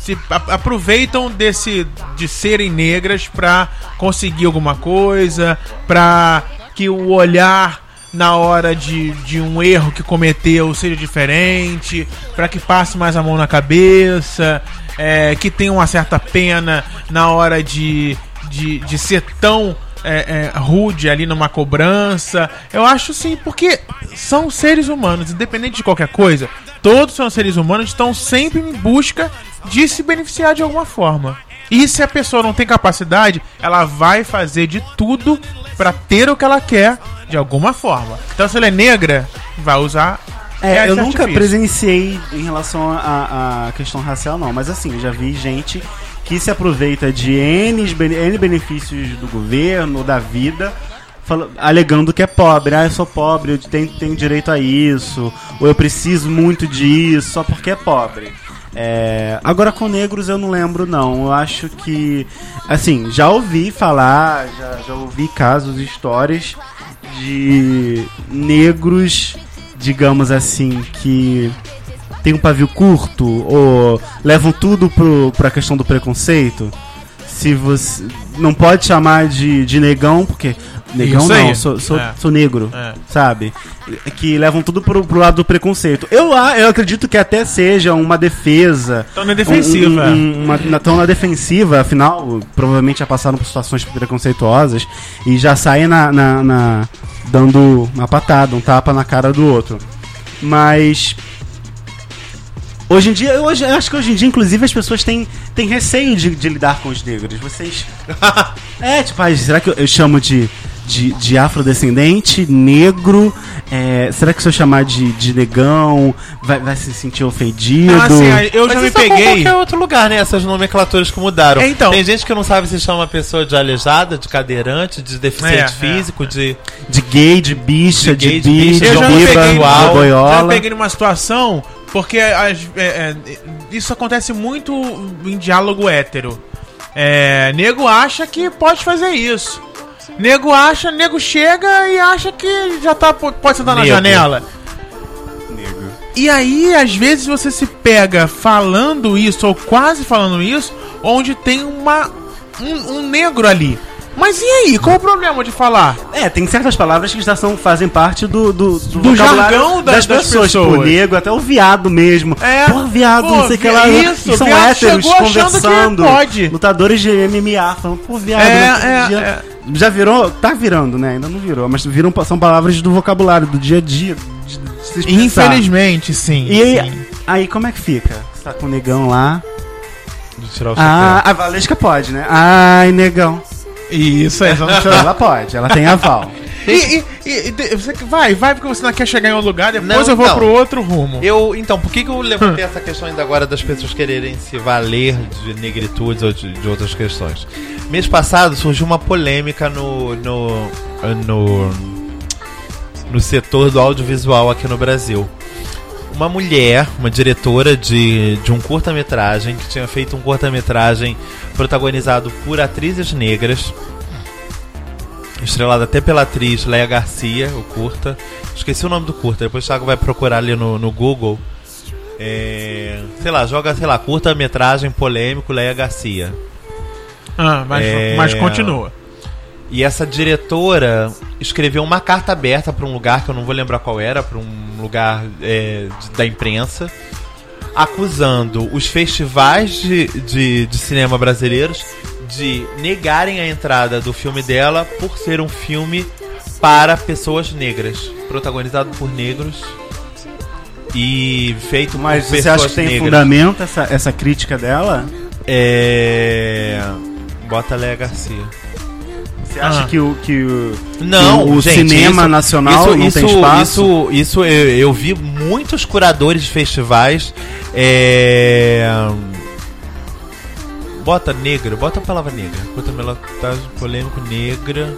se a- aproveitam desse de serem negras pra conseguir alguma coisa, pra que o olhar na hora de, de um erro que cometeu seja diferente, pra que passe mais a mão na cabeça, é, que tenha uma certa pena na hora de, de, de ser tão é, é, rude ali numa cobrança. Eu acho sim, porque são seres humanos, independente de qualquer coisa, todos são seres humanos, estão sempre em busca de se beneficiar de alguma forma. E se a pessoa não tem capacidade, ela vai fazer de tudo pra ter o que ela quer de alguma forma. Então se ela é negra, vai usar.
É,
esse
eu nunca
artifício.
presenciei em relação à à questão racial, não, mas assim, já vi gente que se aproveita de N, bene- N benefícios do governo, da vida, fala- alegando que é pobre. Ah, eu sou pobre, eu tenho, tenho direito a isso, ou eu preciso muito disso, só porque é pobre. É, agora com negros eu não lembro, não. Eu acho que. Assim, já ouvi falar, já, já ouvi casos, histórias de negros, digamos assim, que tem um pavio curto ou levam tudo pro, pra questão do preconceito. Se você. Não pode chamar de, de negão, porque. Negão
Isso
não,
aí.
sou, sou,
É.
sou negro
É.
sabe? Que levam tudo pro, pro lado do preconceito. Eu, a- eu acredito que até seja uma defesa.
Então não é defensiva.
Um, um, uma, na- tão na defensiva, afinal, provavelmente já passaram por situações preconceituosas e já saem na, na- na- dando uma patada, um tapa na cara do outro. Mas. Hoje em dia, eu, hoje- eu acho que hoje em dia, inclusive, as pessoas têm, têm receio de, de lidar com os negros. Vocês. É, tipo, ai, será que eu, eu chamo de, de, de afrodescendente, negro? É, será que se eu chamar de, de negão, vai, vai se sentir ofendido?
Então, assim, eu já
Mas
me
isso é com
peguei.
qualquer outro lugar, né? Essas nomenclaturas que mudaram.
É, então.
Tem gente que não sabe se chama a pessoa de aleijada, de cadeirante, de deficiente
É, é,
físico, de.
De gay, de bicha, de,
De gay, de
bicha,
bicha,
de
Eu já me
biba,
peguei
de
mal, já me
boiola.
peguei numa situação, porque as- é, é, isso acontece muito em diálogo hétero. É, nego acha que pode fazer isso. Nego acha, nego chega e acha que já tá, pode sentar na
Nego.
janela. E aí, às vezes, você se pega falando isso, ou quase falando isso, onde tem uma, um, um negro ali. Mas e aí? Qual o problema de falar?
É, tem certas palavras que já são, fazem parte do, do, do,
jargão
vocabulário
da-
das,
das
pessoas.
pessoas.
Tipo, o negro, até o viado mesmo.
É.
Pô, viado,
Pô,
não sei o que lá. né?
isso,
e são
viado
héteros
chegou achando que
conversando.
pode.
Lutadores de MMA falando, pô, viado,
É,
não sei o
é,
dia. Já virou, tá virando, né? Ainda não virou, mas viram, são palavras do vocabulário, do dia a dia. de- de se expressar.
Infelizmente, sim.
E
sim.
aí, aí, como é que fica? Você tá com o negão lá.
de tirar o
Ah, a Valesca pode, né? Ai, negão.
Isso é, exatamente.
Então,
Ela pode, ela tem aval.
E, e- e- e de- você que- vai, vai, porque você não quer chegar em um lugar, depois
Não,
eu vou
não.
pro outro rumo.
Eu, então, por que, que eu levantei essa questão ainda agora das pessoas quererem se valer de negritudes ou de, de outras questões? Mês passado surgiu uma polêmica no, no, no, no setor do audiovisual aqui no Brasil. Uma mulher, uma diretora de, de um curta-metragem, que tinha feito um curta-metragem protagonizado por atrizes negras, estrelado até pela atriz Leia Garcia, o curta. Esqueci o nome do curta, depois o Thiago vai procurar ali no, no Google. É, sei lá, joga, sei lá, curta-metragem polêmico Leia Garcia.
Ah, mas,
É.
mas continua.
E essa diretora escreveu uma carta aberta para um lugar que eu não vou lembrar qual era, para um lugar é, de- da imprensa, acusando os festivais de, de, de cinema brasileiros de negarem a entrada do filme dela por ser um filme para pessoas negras, protagonizado por negros e feito
Mas
por
você
pessoas
acha que tem
negras.
fundamento essa, essa crítica dela?
É... Bota Léa Garcia.
Você acha
Ah.
que o. Que o...
Não,
O- o
gente,
cinema
isso-
nacional
isso,
não
isso,
tem espaço?
Isso, isso eu, eu vi muitos curadores de festivais. é, Bota negra, bota a palavra negra. Bota ela tá polêmico negra.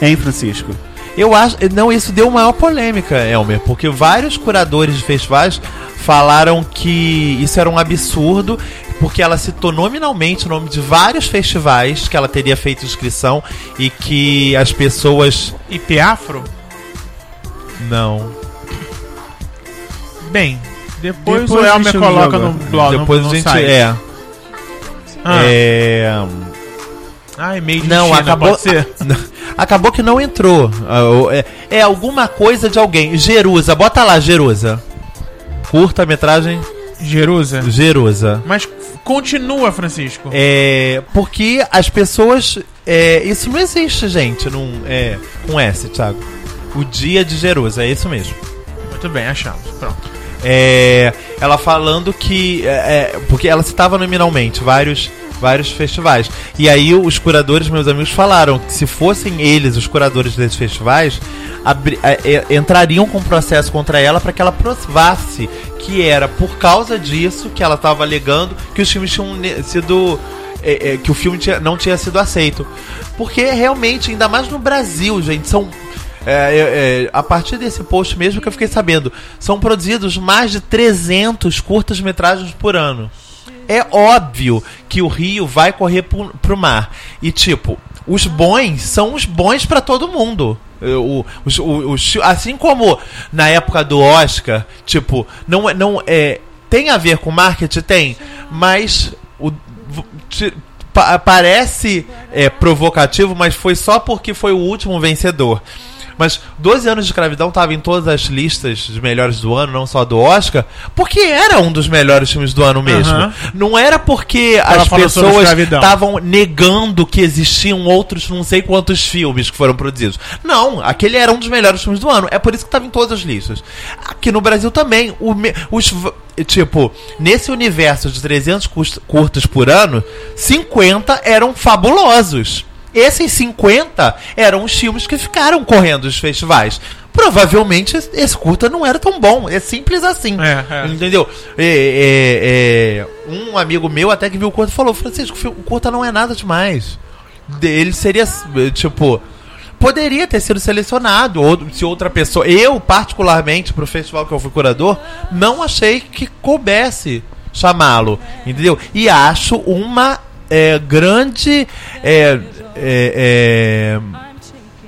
Hein, Francisco?
Eu acho. Não, isso deu maior polêmica, Elmer, porque vários curadores de festivais falaram que isso era um absurdo, porque ela citou nominalmente o nome de vários festivais que ela teria feito inscrição e que as pessoas.
E Piafro?
Não.
Bem, depois,
Depois
o
a
Elmer
gente
coloca
joga.
no blog.
Depois
no,
a
no
gente.
site.
É.
Ah,
é,
Ai, meio de
Não,
China,
acabou.
pode ser?
Acabou que não entrou. Ah, o- É, é alguma coisa de alguém. Jerusa, bota lá, Jerusa. Curta-metragem
Jerusa.
Jerusa.
Mas continua, Francisco.
É, porque as pessoas. é, isso não existe, gente, num, é, com S, Thiago. O dia de Jerusa, é isso mesmo.
Muito bem, achamos. Pronto.
É, ela falando que. é, é, porque ela citava nominalmente vários, vários festivais. E aí os curadores, meus amigos, falaram que se fossem eles os curadores desses festivais, abri- é, é, entrariam com processo contra ela para que ela provasse que era por causa disso que ela estava alegando que os filmes tinham ne- sido. é, é, que o filme tinha- não tinha sido aceito. Porque realmente, ainda mais no Brasil, gente, são é, é, é, a partir desse post mesmo que eu fiquei sabendo, são produzidos mais de 300 curtas-metragens por ano. É óbvio que o rio vai correr pro, pro mar. E tipo, os bons são os bons pra todo mundo. Eu- o- os- o- os fi- assim como na época do Oscar, tipo, não, é- não é. Tem a ver com marketing? Tem, mas o, v- ti- Pa- parece é, provocativo, mas foi só porque foi o último vencedor. Mas 12 anos de escravidão estava em todas as listas de melhores do ano, não só do Oscar, porque era um dos melhores filmes do ano mesmo.
Aham.
Não era porque
Ela
as
falou sobre
pessoas
escravidão.
estavam negando que existiam outros não sei quantos filmes que foram produzidos. Não, aquele era um dos melhores filmes do ano. É por isso que estava em todas as listas. Aqui no Brasil também. o me- os, v- tipo, nesse universo de 300 cust- curtas por ano, 50 eram fabulosos. Esses 50 eram os filmes que ficaram correndo os festivais. Provavelmente esse- esse curta não era tão bom. É simples assim.
É, é.
Entendeu? É, é, é, um amigo meu até que viu o curta e falou: Francisco, o curta não é nada demais. De- Ele seria, eh, tipo. Poderia ter sido selecionado, ou se outra pessoa. Eu, particularmente, pro festival que eu fui curador, não achei que coubesse chamá-lo. Entendeu? E acho uma eh, grande. eh, eh, eh,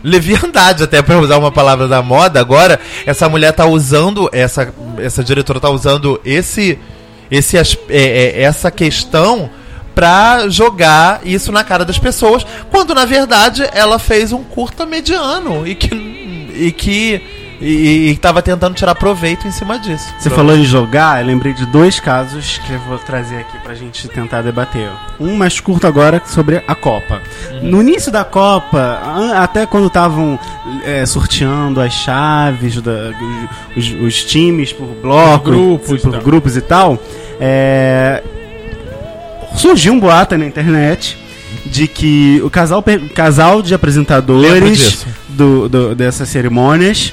leviandade, até pra usar uma palavra da moda agora, essa mulher tá usando, essa, essa diretora tá usando esse, esse as- é, é, essa questão pra jogar isso na cara das pessoas, quando na verdade ela fez um curta mediano e que e que e, e tava tentando tirar proveito em cima disso.
Você falou em jogar, eu lembrei de dois casos que eu vou trazer aqui pra gente tentar debater. Um mais curto agora sobre a Copa.
Uhum.
No início da Copa, a- até quando estavam é, sorteando as chaves, da- os, os- os times por blocos,
Grupos e
por
tal.
grupos e tal, é, surgiu um boato aí na internet de que o casal, per- casal de
Lembro
apresentadores
disso.
do- do- dessas cerimônias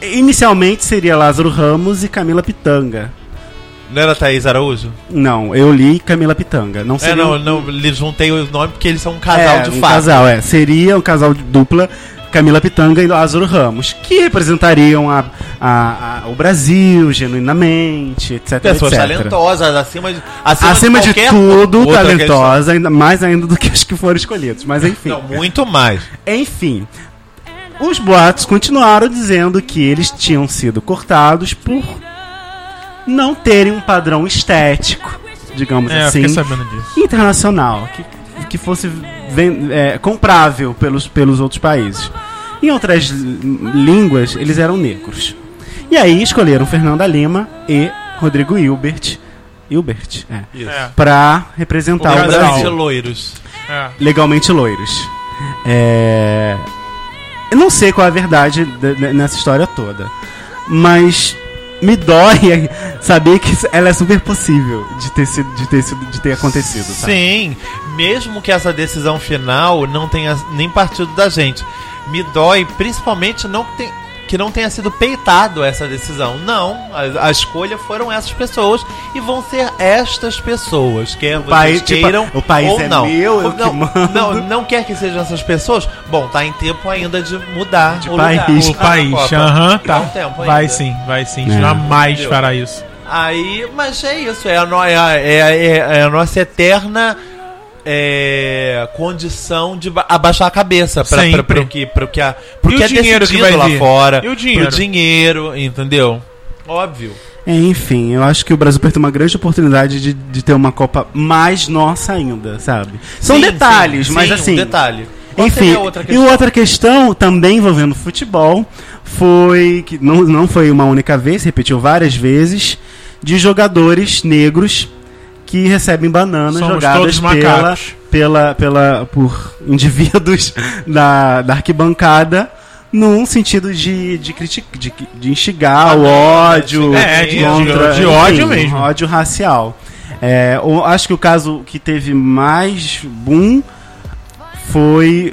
Inicialmente seria Lázaro Ramos e Camila Pitanga.
Não era Thaís Araújo?
Não, eu li Camila Pitanga. Não
É,
seria
não,
um-
não, lhe juntei o nome porque eles são um casal
É,
de
um
fato.
casal, é. Seria um casal de dupla Camila Pitanga e Lázaro Ramos, que representariam a, a- a- o Brasil genuinamente, etc.
Pessoas
etc.
talentosas, acima de, acima
Acima de,
qualquer
tudo,
outra questão.
talentosa, ainda, mais ainda do que os que foram escolhidos. Mas enfim.
Não, muito mais.
Enfim, os boatos continuaram dizendo que eles tinham sido cortados por não terem um padrão estético, digamos
É, eu
assim,
fiquei sabendo disso.
internacional, que, que fosse ven- é, comprável pelos, pelos outros países. Em outras l- línguas, eles eram negros. E aí escolheram Fernanda Lima e Rodrigo Hilbert. Hilbert, é.
Isso.
É,
Pra
Tá,
representar o,
O casal.
Brasil.
de loiros.
é.
legalmente loiros. É... Eu não sei qual é a verdade de- de- nessa história toda, mas me dói saber que ela é super possível de ter sido, de ter sido, de ter acontecido. sabe?
Sim, mesmo que essa decisão final não tenha nem partido da gente. Me dói, principalmente não que, tem- que não tenha sido peitado essa decisão. Não, a, a escolha foram essas pessoas e vão ser estas pessoas, quer vocês
país- tipo,
queiram
o país
ou
é
não.
meu,
Ou
eu que
não,
mando.
não, não quer que sejam essas pessoas. Bom, tá em tempo ainda de mudar
De
o
país.
lugar.
O país,
Copa.
aham, tá.
Dá um tempo
Vai
ainda.
sim, vai sim.
É.
Jamais
Entendeu?
fará isso.
Aí, mas é isso, é a, no- é a- é a- é a nossa eterna é, condição de ba- abaixar a cabeça
Sempre.
para o que, pro que, a, pro
E
que
o
é
dinheiro que
decidido
vai
lá
vir?
fora.
E o dinheiro?
Pro dinheiro, entendeu? Óbvio.
É, enfim, eu acho que o Brasil perdeu uma grande oportunidade de, de ter uma Copa mais nossa ainda, sabe? São
Sim,
detalhes,
sim,
mas
sim,
assim.
Um detalhe. Qual
Enfim,
seria a outra
e
questão?
outra questão também envolvendo futebol foi que não, não foi uma única vez, repetiu várias vezes, de jogadores negros que recebem bananas
Somos
jogadas
todos
pela,
macacos.
pela, pela por indivíduos da, da arquibancada num sentido de de, criti- de, de instigar o ódio
É, de- de-
contra-
de ódio
enfim, um
mesmo.
ódio racial. É, o- acho que o caso que teve mais boom foi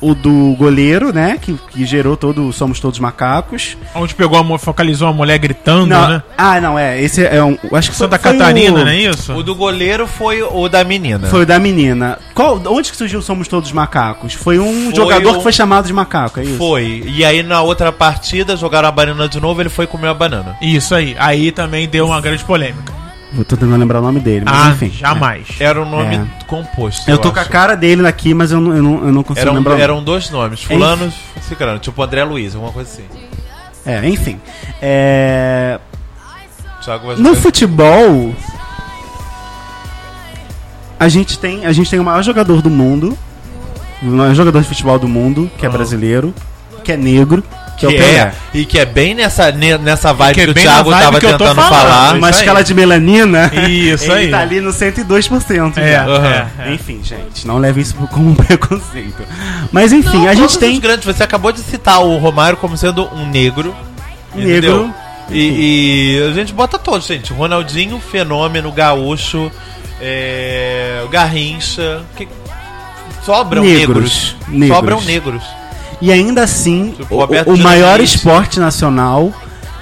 o do goleiro, né? Que, que gerou todo o Somos Todos Macacos.
Onde pegou a mu- focalizou a mulher gritando,
Não,
né?
Ah, não, é. Esse é um. Acho que foi-
Santa
foi um
Catarina,
o,
não é isso?
O do goleiro foi o da menina.
Foi o da menina. Qual, onde que surgiu o Somos Todos Macacos? Foi um
Foi
jogador
um-
que foi chamado de macaco, é isso?
Foi. E aí na outra partida jogaram a banana de novo, ele foi comer a banana.
Isso aí. Aí também deu uma grande polêmica.
Eu tô tentando lembrar o nome dele, mas
Ah,
enfim.
jamais.
Era um nome
É.
composto.
Eu tô com a
acho. um-
cara dele aqui, mas eu não, eu não, eu não consigo
Eram,
lembrar. o
eram dois nomes, fulano e ciclano, tipo André Luiz, alguma coisa assim.
É, enfim. É,
Thiago vai
No
saber.
futebol, a gente tem a gente tem o maior jogador do mundo, o maior jogador de futebol do mundo, que é
Ah.
brasileiro, que é negro, que,
que
é o
é,
Pelé.
e que é bem nessa, ne- nessa vibe
Que é
que, o
bem
Thiago
na vibe
tava
que eu tô
tentando
falando,
falar.
Uma
isso aí.
escala de melanina,
Isso
ele
aí.
tá ali no 102%.
É,
já.
é,
Aham.
é.
Enfim, gente, não levem isso como um preconceito. Mas enfim, a gente tem
grande, você acabou de citar o Romário como sendo um negro.
Um negro.
entendeu? E, e a gente bota todos, gente. Ronaldinho, Fenômeno, Gaúcho, é, Garrincha. que- sobram negros.
Negros, negros.
Sobram negros.
E ainda assim,
Tipo,
o-
Roberto
o,
Dinamite.
maior esporte nacional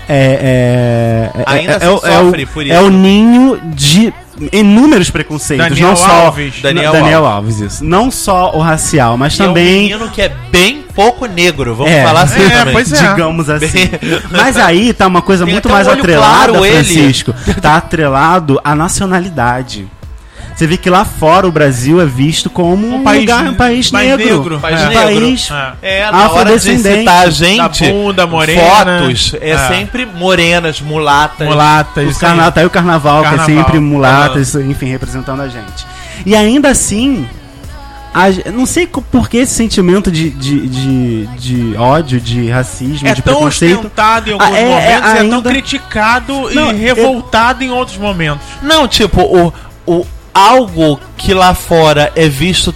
é, é, é,
Ainda
é,
se
é o- é o-
sofre por isso.
é o ninho de inúmeros preconceitos,
Daniel
não só
Alves.
Não,
Daniel
Daniel, Alves. isso. Não só o racial, mas
E
também
é um menino que é bem pouco negro, vamos
É.
falar assim
É,
também.
pois é.
digamos assim. mas aí tá uma coisa
Tem
muito
até um
mais
olho
atrelada,
claro, ele.
Francisco. Tá atrelado à nacionalidade. Você vê que lá fora o Brasil é visto como um,
país-
lugar, um país
mais
negro,
negro,
um
país
país,
negro.
É.
É, na hora de
Afrodescendente.
citar a
Da
gente,
bunda, morena.
fotos, é,
É.
sempre morenas, mulatas. É
Mulata,
O
isso
carna...
aí.
Tá aí o carnaval,
Carnaval.
que é sempre mulata,
Ah.
isso, enfim, representando a gente. E ainda assim, a ge- não sei co- por que esse sentimento de, de, de, de ódio, de racismo,
É
de
tão
preconceito.
ostentado em alguns
Ah, é, é,
momentos, é, tão
ainda-
criticado
Não,
e
eu-
revoltado em outros momentos.
Não, tipo, o, o algo que lá fora é visto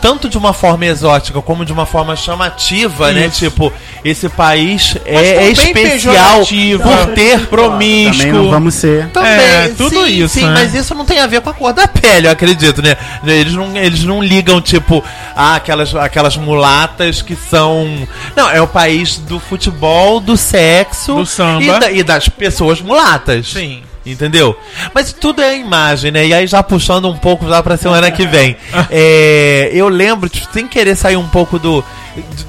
tanto de uma forma exótica como de uma forma chamativa, né?
Isso.
Tipo, esse país
Mas
é
também
especial
pejorativo,
por ter
Também não
promíscuo.
vamos ser.
É, tudo
sim,
isso,
Sim,
né?
mas isso não tem a ver com a cor da pele, eu acredito, né? Eles não, eles não ligam, tipo, ah, aquelas, aquelas mulatas que são. Não, é o país do futebol, do sexo
Do samba.
E, da- e das pessoas mulatas.
Sim.
Entendeu? Mas tudo é imagem, né? E aí já puxando um pouco já pra semana que vem. É, eu lembro, tipo, sem querer sair um pouco do,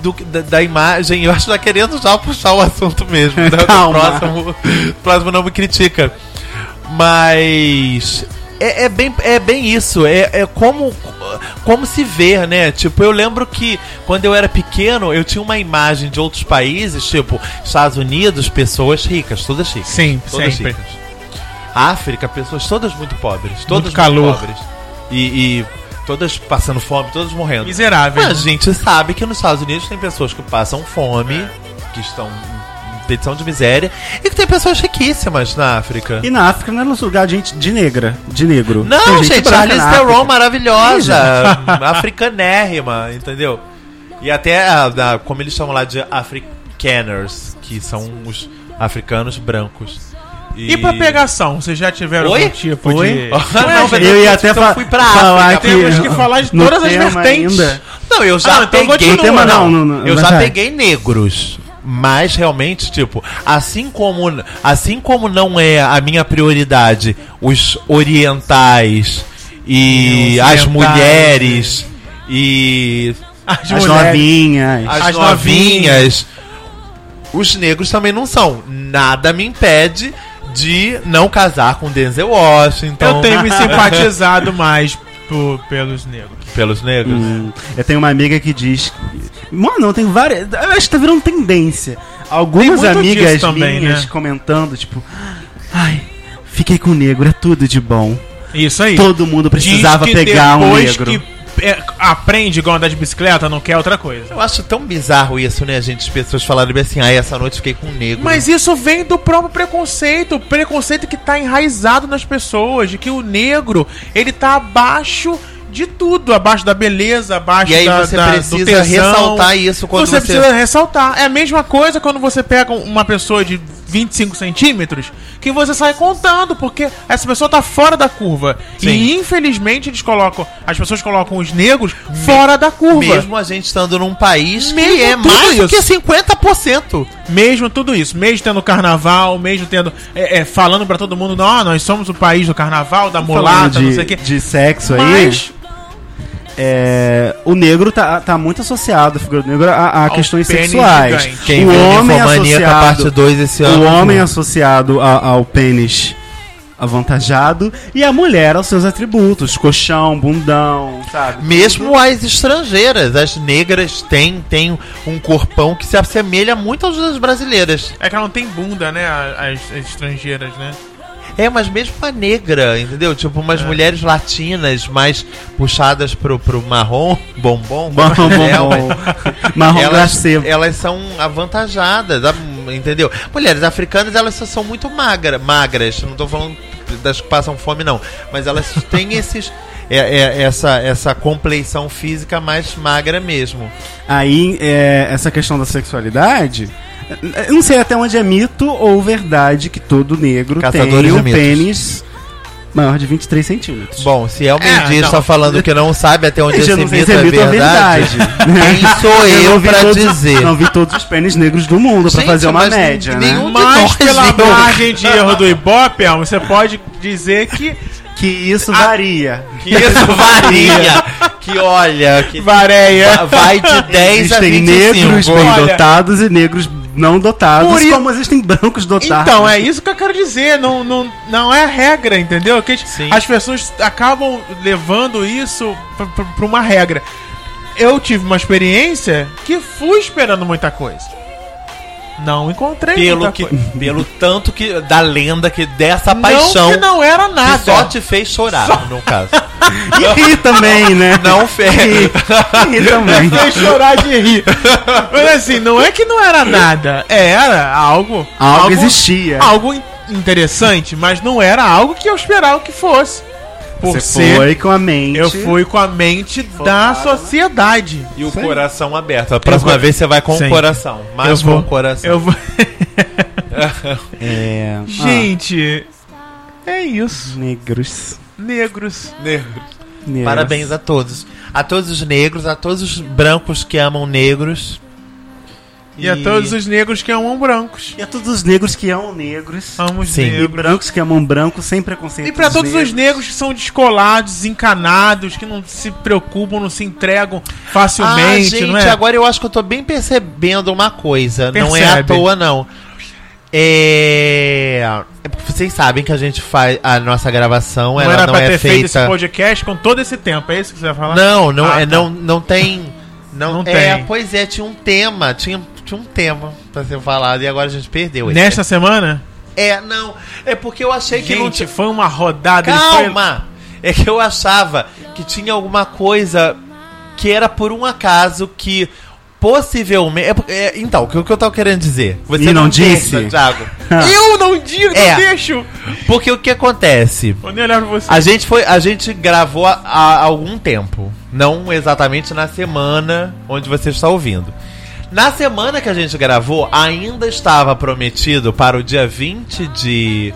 do- da, da imagem, eu acho que tá querendo já puxar o assunto mesmo. né? Do
Calma.
próximo, próximo não me critica. Mas é, é bem, é bem isso. É, é como, como se ver, né? Tipo, eu lembro que quando eu era pequeno, eu tinha uma imagem de outros países, tipo, Estados Unidos, pessoas ricas, todas ricas.
Sim,
Todas
sempre.
ricas. África, pessoas todas muito pobres. Todas muito
calor.
pobres. E, e todas passando fome, todas morrendo.
Miserável.
A gente sabe que nos Estados Unidos tem pessoas que passam fome, que estão em- em petição de miséria e que tem pessoas riquíssimas na África.
E na África não é lugar de gente de negra, de negro.
Não,
Tem
gente,
branca
a Alice
na
Theron
África.
maravilhosa, africanérrima, entendeu? E até, a- a- como eles chamam lá de Africaners, que são os africanos brancos.
E pra pegação, vocês já tiveram
Oi?
algum tipo
Oi?
de.
Não,
Ué,
mas
Eu ia
então
até fa-
fui pra
falar
África.
que-
Temos que falar de
no
todas as
tema
vertentes.
ainda.
Não, eu já
Ah, então
peguei.
continua,
Tema não,
não.
não, não,
eu
vai,
já
vai.
peguei negros. Mas realmente, tipo, assim como, assim como não é a minha prioridade os orientais e
E os
as
orientais,
mulheres e
As
As
mulheres.
novinhas.
as,
As
novinhas, os negros também não são. Nada me impede de não casar com Denzel Washington.
Eu tenho me simpatizado mais por- pelos negros.
pelos negros.
Hum, eu tenho uma amiga que diz. que- Mano, eu tenho várias. Eu acho que tá virando tendência. Algumas
Tem muito
amigas
disso também,
minhas
né?
comentando, tipo. Ai, fiquei com o negro, é tudo de bom.
Isso aí.
Todo mundo precisava
Diz que
pegar um
depois
negro.
que é, aprende igual andar de bicicleta, não quer outra coisa.
Eu acho tão bizarro isso, né, gente? As pessoas falarem bem assim, ah, essa noite fiquei com um negro.
Mas isso vem do próprio preconceito, preconceito que tá enraizado nas pessoas, de que o negro, ele tá abaixo de tudo, abaixo da beleza, abaixo
E aí
da,
você
da- do
precisa
tesão.
ressaltar isso quando
você
você-
precisa ressaltar. É a mesma coisa quando você pega um, uma pessoa de 25 centímetros que você sai contando, porque essa pessoa tá fora da curva.
Sim.
E infelizmente eles colocam. As pessoas colocam os negros fora da curva. Mesmo,
Mesmo a gente estando num país
Mesmo
que é
tudo
mais do
isso.
que 50%.
tudo isso. Mesmo tendo carnaval, mesmo tendo. é, é, falando pra todo mundo, não, nós somos o país do carnaval, da molada,
Falando
não
de,
sei o quê.
de sexo aí.
Mas
é, o negro tá, tá muito associado, a figura do negro, a, a questões
pênis
sexuais.
gigante.
Quem viu Ninfomaníaca parte né? 2 esse
O
ano.
homem associado a- ao pênis avantajado e a mulher aos seus atributos, colchão, bundão, sabe?
Mesmo as estrangeiras, as negras têm, têm um corpão que se assemelha muito aos das brasileiras.
é que ela não tem bunda, né? As, as estrangeiras, né?
É, mas mesmo a negra, entendeu? Tipo,
É.
umas mulheres latinas mais puxadas pro, pro marrom, bombom,
Bom, bom,
né?
bom. Marrom
elas,
glacê.
elas são avantajadas, a- entendeu? Mulheres africanas, elas só são muito magra, magras. Não tô falando das que passam fome, não. Mas elas têm esses. é- é- essa, essa compleição física mais magra mesmo.
Aí, é, essa questão da sexualidade. Eu não sei até onde é mito ou verdade que todo negro
Caçadores
tem
de
um
mitos.
pênis maior de 23 centímetros.
Bom, se é o
É,
Mendes
não.
está falando que não sabe até onde
Eu
esse
já não sei
mito
se é
é
mito ou
verdade,
verdade.
quem sou eu,
não vi
pra
todos-
dizer?
Não vi todos os pênis negros do mundo pra
Gente,
fazer uma
mas nin-
média, né?
nenhum- Onde
Mas
nós
pela
vivemos?
margem de erro do Ibope, Elmo, você pode dizer que
Que isso
Ah,
varia.
Que isso varia. que olha, que
vareia.
vai de 10 a
Existem
25.
negros bem
olha.
dotados e negros não dotados,
Por i-
como existem brancos dotados.
Então, é isso que eu quero dizer. Não, não, não é a regra, entendeu? Que as-
Sim.
as pessoas acabam levando isso pra- pra pra uma regra. Eu tive uma experiência que fui esperando muita coisa. Não encontrei
pelo
muita
que
coisa.
pelo tanto que da lenda que dessa
Não
paixão
que não era
que
nada.
só te fez chorar no caso
E ri também, né?
não é- fez
E ri também.
Fez chorar de rir. Mas assim, não é que não era nada. Era algo.
Algo, existia.
algo in- interessante, mas não era algo que eu esperava que fosse. Por
Você
ser,
foi com a mente.
eu fui com a mente da sociedade.
e o coração aberto a próxima
Eu-
vez você vai com
Sim.
o coração
Eu
mas com
vou-
o coração
Eu vou...
É. ah,
Gente, é isso.
negros.
Negros.
negros.
parabéns a todos a todos os negros a todos os brancos que amam negros
E, a todos os negros que amam brancos.
E a todos os negros que amam negros.
Amo os
Sim.
E
negros.
brancos que amam brancos, sem preconceito.
E pra todos os
negros.
negros que são descolados, encanados, que não se preocupam, não se entregam
Ah,
facilmente,
gente,
não é?
agora eu acho que eu tô bem percebendo uma coisa. Não é à
Percebe.
toa, não. É... é porque Vocês sabem que a gente faz... A nossa gravação,
não
ela
era
não
pra
é
ter feito esse
feita...
podcast com todo esse tempo, é isso que você vai falar?
Não, não,
Ah,
é,
tá.
não, não tem... Não,
Não
é,
tem.
Pois é, tinha um tema. Tinha, tinha um tema pra ser falado e agora a gente perdeu. esse.
Nesta semana?
É, não. É porque eu achei que não
Gente,
tinha...
foi uma rodada. ele foi-
Calma! É que eu achava que tinha alguma coisa que era por um acaso que. Possivelmente. é porque- é, então, o que, o que eu tava querendo dizer? Você
E não
tem,
disse?
Santiago.
Eu não digo, não
É.
deixo.
Porque o que acontece?
Vou nem olhar pra você.
A gente foi, a gente gravou há, há algum tempo, não exatamente na semana onde você está ouvindo. Na semana que a gente gravou, ainda estava prometido para o dia 20 de,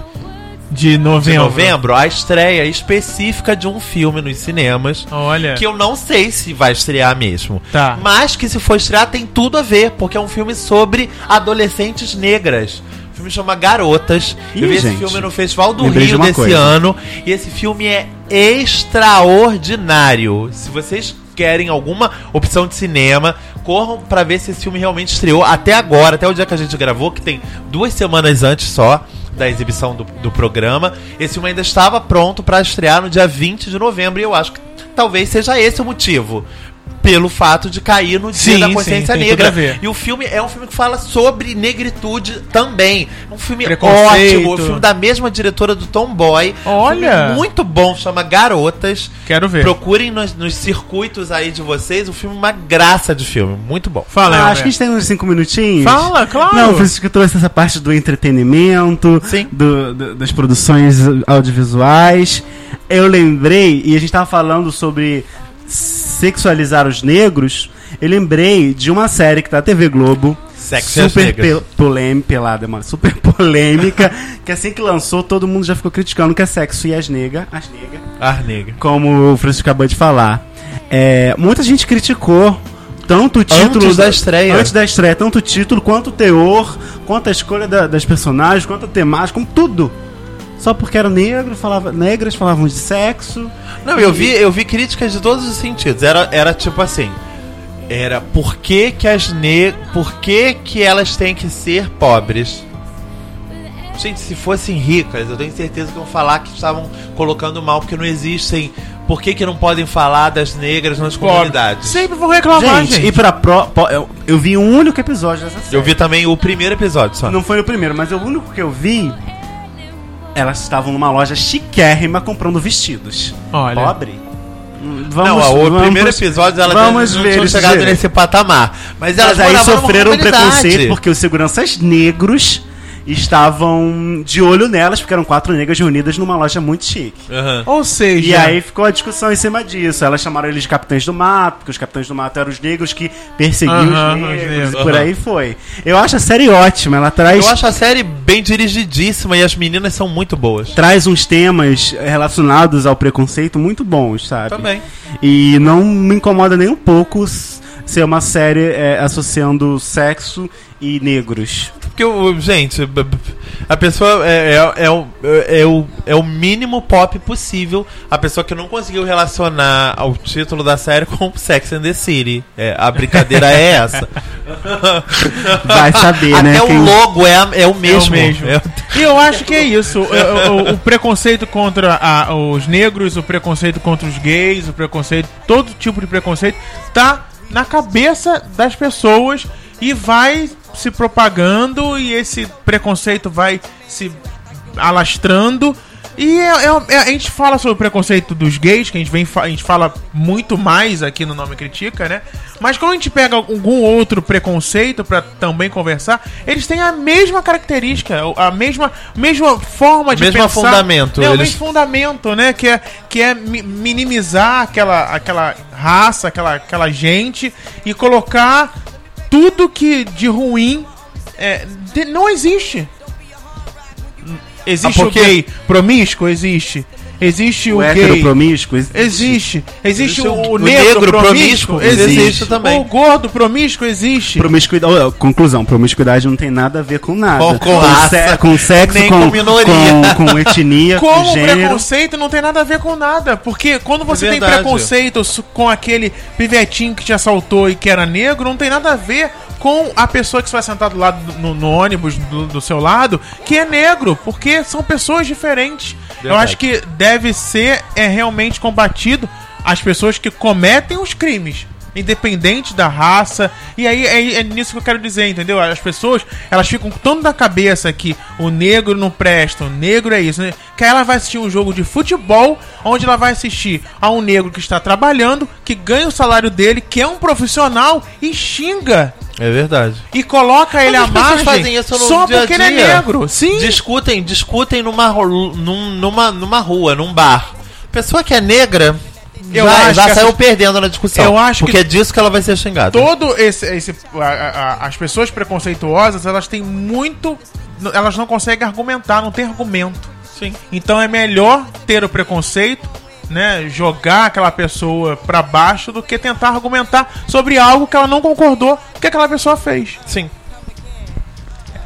De
de
novembro.
novembro a estreia específica de um filme nos cinemas.
Olha.
Que eu não sei se vai estrear mesmo.
É. Tá.
Mas que se for estrear tem tudo a ver, porque é um filme sobre adolescentes negras. O filme chama Garotas.
Ih,
eu vi
gente.
esse filme no Festival do
Lembrei de
Rio
uma
desse
coisa.
ano. E esse filme é extraordinário. Se vocês querem alguma opção de cinema, corram pra ver se esse filme realmente estreou até agora, até o dia que a gente gravou, que tem duas semanas antes só da exibição do, do programa. Esse filme ainda estava pronto pra estrear no dia 20 de novembro e eu acho que talvez seja esse o motivo. Pelo fato de cair no dia
Sim,
da consciência
sim, tem tudo a
negra.
ver.
E o filme é um filme que fala sobre negritude também. É um filme
Preconceito.
ótimo, é um filme da mesma diretora do Tomboy.
Olha!
Um filme muito bom, chama Garotas.
Quero ver.
Procurem nos, nos circuitos aí de vocês. O filme é uma graça de filme, muito bom.
Fala,
Ah,
Elber.
acho que a gente tem uns cinco minutinhos.
Fala, claro.
Não, o Francisco trouxe essa parte do entretenimento,
Sim.
do- do- das produções audiovisuais. Eu lembrei, e a gente tava falando sobre sexualizar os negros, eu lembrei de uma série que tá na TV Globo,
Sexo e as
super
Negras.
pe- polêmica, pelada, mano, super polêmica, que assim que lançou, todo mundo já ficou criticando que é sexo e as negas, as negas,
Ah, negra.
como o Francisco acabou de falar. É, muita gente criticou tanto o título
Antes da estreia.
antes da estreia, tanto o título quanto o teor, quanto a escolha da- das personagens, quanto a temática, como tudo. Só porque era negro, falava, negras falavam de sexo.
Não, eu vi, eu vi críticas de todos os sentidos. Era, era tipo assim. Era por que, que as ne... Por que, que elas têm que ser pobres? Gente, se fossem ricas, eu tenho certeza que vão falar que estavam colocando mal, porque não existem. Por que, que não podem falar das negras nas comunidades?
Sempre vou reclamar,
gente,
gente.
e pra pro, po- eu, eu vi um único episódio dessa série.
Eu vi também o primeiro episódio só.
Não foi o primeiro, mas o único que eu vi. Elas estavam numa loja chiquérrima comprando vestidos.
Olha.
Pobre. Hum, Vamos,
não, ó, o
vamos-
primeiro episódio ela
vamos
não
ver
tinha
eles
chegado
direito.
nesse patamar. Mas elas
Mas aí
moravam numa
sofreram um
comunidade.
preconceito porque os seguranças negros estavam de olho nelas, porque eram quatro negras reunidas numa loja muito chique.
Aham.
Ou seja,
E aí ficou a discussão em cima disso. Elas chamaram eles de capitães do mato, porque os capitães do mato eram os negros que perseguiam
Aham,
os
os
negros,
negros,
e por
aham.
aí foi. Eu acho a série ótima, ela traz
Eu acho a série bem dirigidíssima e as meninas são muito boas.
traz uns temas relacionados ao preconceito muito bons, sabe?
Também.
E não me incomoda nem um pouco s- ser uma série é, associando sexo e negros.
Porque, o- gente, b- b- a pessoa é, é, é, o, é, o, é o mínimo pop possível. A pessoa que não conseguiu relacionar ao título da série com Sex and the City. É, a brincadeira é essa.
Vai saber,
Até
né?
o
quem-
logo é, a- é o mesmo.
mesmo.
É-
E eu acho que é isso. O, o- o preconceito contra a- os negros, o preconceito contra os gays, o preconceito, todo tipo de preconceito, tá na cabeça das pessoas e vai se propagando e esse preconceito vai se alastrando. E é- é- é- a gente fala sobre o preconceito dos gays, que a gente, vem, fa- a gente fala muito mais aqui no Nome Critica, né? Mas quando a gente pega algum outro preconceito pra também conversar, eles têm a mesma característica, a mesma, mesma forma de
Mesmo fundamento,
É, o
eles-
mesmo fundamento, né? Que é, que é mi- minimizar aquela, aquela raça, aquela, aquela gente e colocar tudo que de ruim é, de- não existe. Existe
Ah,
o
porque-
gay promíscuo? Existe. Existe o,
o hétero
gay.
promíscuo. existe.
Existe. Existe
Existe
o,
o-
o negro,
negro
promíscuo?
promíscuo?
Existe.
Existe também.
O gordo promíscuo? Existe.
Promiscuidade, ó, conclusão, promiscuidade não tem nada a ver com nada.
Com- com raça,
se- com sexo,
nem
com,
com minoria.
com- com etnia, com,
Como
gênero.
preconceito não tem nada a ver com nada. Porque quando você tem
É verdade.
preconceito su- com aquele pivetinho que te assaltou e que era negro, não tem nada a ver com a pessoa que você vai sentar do lado do- no, no ônibus do, do seu lado, que é negro, porque são pessoas diferentes. Eu
Verdade.
acho que deve ser é, realmente combatido as pessoas que cometem os crimes. independente da raça. E aí é, é nisso que eu quero dizer, entendeu? As pessoas, elas ficam tanto na cabeça que o negro não presta, o negro é isso, né? que aí ela vai assistir um jogo de futebol, onde ela vai assistir a um negro que está trabalhando, que ganha o salário dele, que é um profissional e xinga
É verdade.
e coloca ele à
as pessoas
margem
fazem isso no
só
dia a
porque ele é
dia.
negro. Sim.
Discutem, discutem numa, ru- num- numa, numa rua, num bar. Pessoa que é negra
Eu
vai-
acho
já
que
saiu
essas-
perdendo na discussão.
Eu acho
porque
que-
é disso que ela vai ser xingada.
todo esse, esse- a- a- a- as pessoas preconceituosas elas têm muito elas não conseguem argumentar não tem argumento
Sim.
então é melhor ter o preconceito né jogar aquela pessoa pra baixo do que tentar argumentar sobre algo que ela não concordou que aquela pessoa fez
Sim.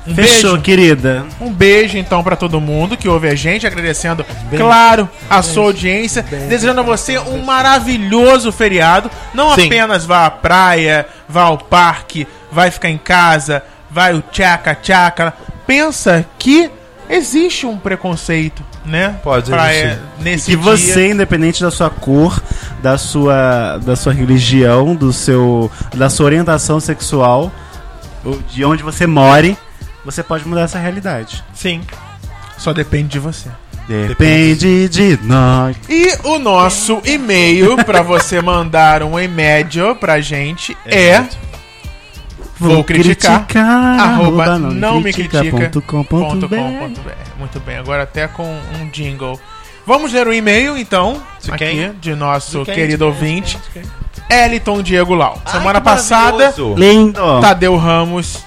um
Fechou,
beijo
querida.
um beijo então pra todo mundo que ouve a gente agradecendo claro a sua audiência desejando a você um maravilhoso feriado não
Sim.
apenas apenas vá à praia, vá ao parque, vai ficar em casa, vai o tchaca tchaca. Pensa que existe um preconceito, né?
Pode existir.
nesse
Que
dia.
você, independente da sua cor, da sua, da sua religião, do seu, da sua orientação sexual, ou de onde você more, você pode mudar essa realidade.
Sim.
só depende de você.
Depende de nós.
E o nosso e-mail pra você mandar um e-mail pra gente é, vou, criticar.
Ah,
arroba não, me critica.
com
ponto com ponto br. Muito bem, agora até com um jingle. Vamos ler o e-mail então,
De
aqui,
quem?
de nosso
De quem? De
querido
quem?
ouvinte,
De quem?
Eliton Diego Lau.
Ai,
Semana
que
passada,
maravilhoso.
Lindo.
Tadeu Ramos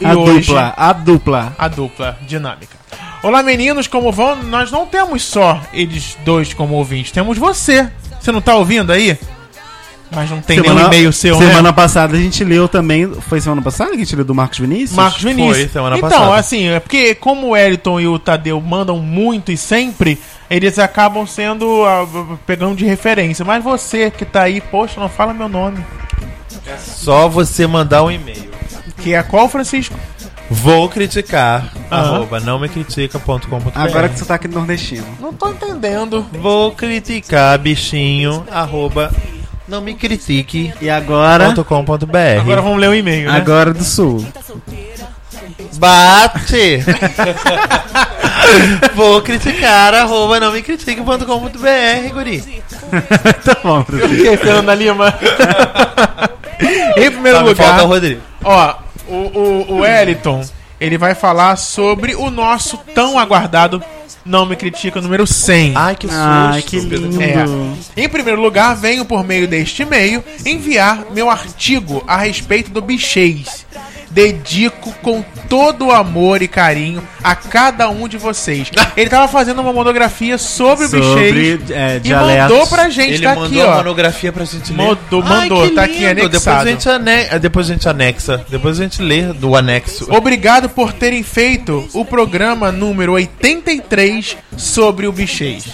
e
a
Tá hoje
dupla, a dupla.
a dupla dinâmica. Olá meninos, como vão? Nós não temos só eles dois como ouvintes, temos você. Você não tá ouvindo aí? Mas não tem nenhum e-mail seu, né?
Semana passada a gente leu também. Foi semana passada que a gente leu do Marcos Vinícius?
Marcos Vinícius.
Foi, semana
então,
passada.
assim, é porque como o Eliton e o Tadeu mandam muito e sempre, eles acabam sendo ah, pegando de referência. Mas você que tá aí, poxa, não fala meu nome.
Só você mandar um e-mail.
Que é qual, Francisco?
Vou criticar.
Aham.
Arroba não me critica.com.br.
Agora que você tá aqui no nordestino.
Não tô entendendo.
Vou criticar, bichinho. Arroba não me critique.
E agora.
Agora vamos ler o e-mail, né?
Agora do sul.
Bate! Vou criticar, arroba não me critique.com.br, guri.
tá bom, Brasil.
E aí, Fernanda Lima? em primeiro
Só me
lugar,
falta o Rodrigo.
ó, o, o, o Eliton, ele vai falar sobre o nosso tão aguardado Não Me Critica número 100.
Ai, que susto.
Ai, que lindo.
É. Em primeiro lugar, venho por meio deste e-mail enviar meu artigo a respeito do bichês. Dedico com todo o amor e carinho a cada um de vocês. Ele tava fazendo uma monografia sobre, o bichês
Sobre é,
e mandou
dialetos.
pra gente,
Ele
tá
mandou
aqui,
a
ó.
monografia pra gente ler.
Mandou,
Ai,
mandou,
que
tá aqui
lindo. Depois a,
anexado.
gente ane... ah, Depois a gente anexa. Depois a gente lê do anexo.
Obrigado por terem feito o programa número 83 sobre o bichês.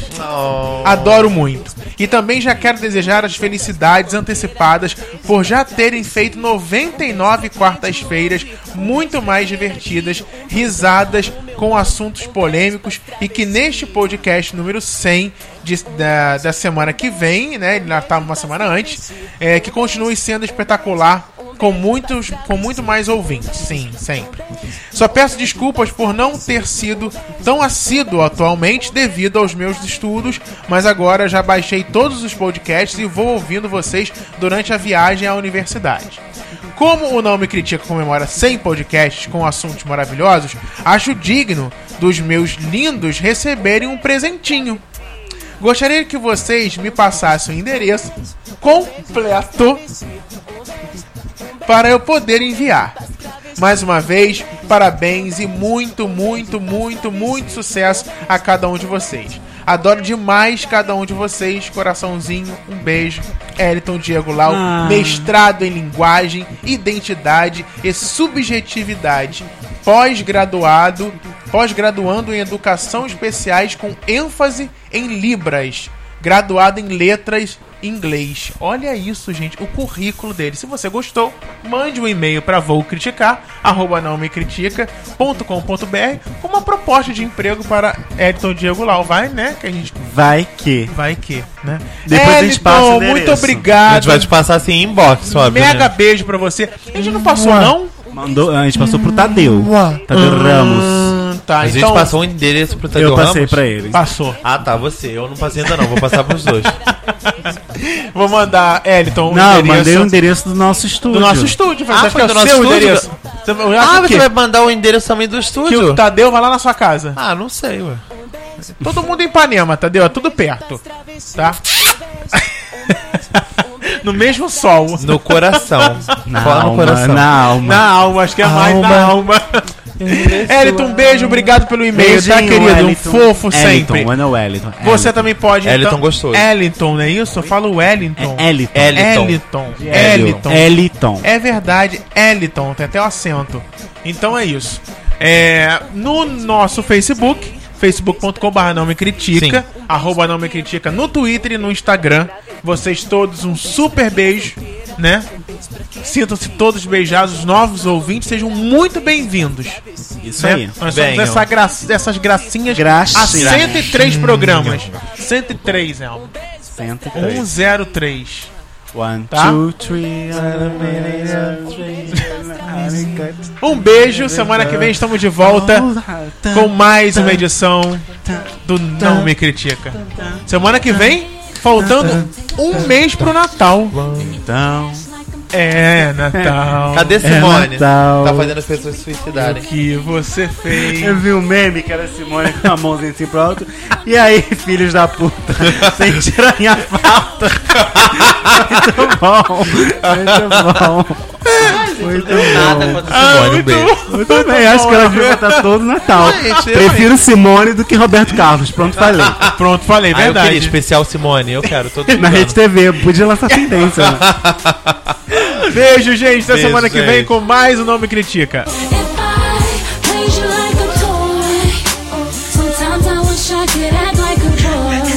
Adoro muito. E também já quero desejar as felicidades antecipadas por já terem feito 99 quartas-feiras muito mais divertidas, risadas com assuntos polêmicos e que neste podcast número 100 de- da, da semana que vem, né, ele já tá uma semana antes, é, que continue sendo espetacular com muitos, com muito mais ouvintes, sim, sempre. Só peço desculpas por não ter sido tão assíduo atualmente devido aos meus estudos, mas agora já baixei todos os podcasts e vou ouvindo vocês durante a viagem à universidade. Como o Não Me Critica comemora 100 podcasts com assuntos maravilhosos, acho digno dos meus lindos receberem um presentinho. Gostaria que vocês me passassem o endereço completo para eu poder enviar. Mais uma vez, parabéns e muito, muito, muito, muito sucesso a cada um de vocês. Adoro demais cada um de vocês. Coraçãozinho, um beijo. Eliton Diego Lau,
Ah.
mestrado em linguagem, identidade e subjetividade. Pós-graduado, pós-graduando em educação especiais com ênfase em libras. Graduado em letras e inglês. Olha isso, gente, o currículo dele. Se você gostou, mande um e-mail para vou criticar, arroba não me critica.com.br com uma proposta de emprego para Edson Diego Lau. Vai, né? Que a gente
Vai que.
Vai que, né?
Depois a gente passa o endereço.
muito
A
obrigado.
gente vai te passar assim em inbox, óbvio. né?
Mega beijo pra você. A gente não passou,
Ué.
não?
Mandou, a gente passou pro Tadeu. Tadeu Ramos.
Hum, tá,
A gente
então
passou um endereço pro Tadeu
Eu passei
Ramos?
pra ele.
passou.
Ah, tá, você. Eu não passei ainda não, vou passar pros dois.
Vou mandar, Eliton, o
Não, eu
endereço
mandei um o enderesso do nosso
do
estúdio.
nosso estúdio. Você
Ah,
acha que
foi
é o
do nosso
seu
estúdio?
endereço? Você- Eu acho
ah,
que,
você vai mandar o endereço também do
que
estúdio?
o Tadeu vai lá na sua casa.
Ah, não sei, ué.
Todo mundo em Ipanema, Tadeu, é tudo perto, tá? no mesmo sol.
No coração.
Na
Fala no
alma,
coração.
na alma.
Na alma, acho que é mais na alma. Eliton, um beijo, obrigado pelo e-mail, tá,
ah. Beijinho,
querido? Um
Wellington.
fofo sempre.
Wellington, Ana Wellington.
Você
Wellington.
também pode.
Eliton gostoso.
Eliton, não é isso? Eu falo Wellington.
É Eliton.
Eliton.
Eliton.
Eliton.
Eliton.
É verdade, Eliton, tem até o acento. Então é isso. É, no nosso Facebook, facebook.com.br não me critica, arroba não me critica no Twitter e no Instagram. Vocês todos um super beijo, né? Sintam-se todos beijados, os novos ouvintes sejam muito bem-vindos.
Isso
Né?
aí.
Nós somos
Venham.
essa gra- essas gracinhas
Gracinha.
há 103 programas. 103, é
103.
103.
One,
Tá?
two, three. Volta.
Um beijo, semana que vem estamos de volta. com mais uma edição do Não Me Critica. Semana que vem, faltando um mês pro Natal.
Então.
É, Natal.
Cadê Simone?
É Natal.
tá fazendo as pessoas se suicidarem.
que você
Eu
fez?
vi um meme que era Simone com a mãozinha assim pro alto. E aí, filhos da puta, sem tirar minha falta. Muito bom. Muito bom. Muito
Nada
bom.
contra Simone, um
muito
beijo.
Muito bem, acho que ela frequenta todo Natal.
Gente, eu-
Prefiro Simone do que Roberto Carlos. Pronto, falei.
Pronto, falei,
Ah, eu queria
verdade.
especial Simone, eu quero. Todo
Na
ano.
Rede TV, podia lançar tendência. Né?
Beijo, gente. Até
Beijo,
semana que
gente.
vem com mais o Não Me Critica.
If I played you like a toy, sometimes I wish I could act like a boy.
What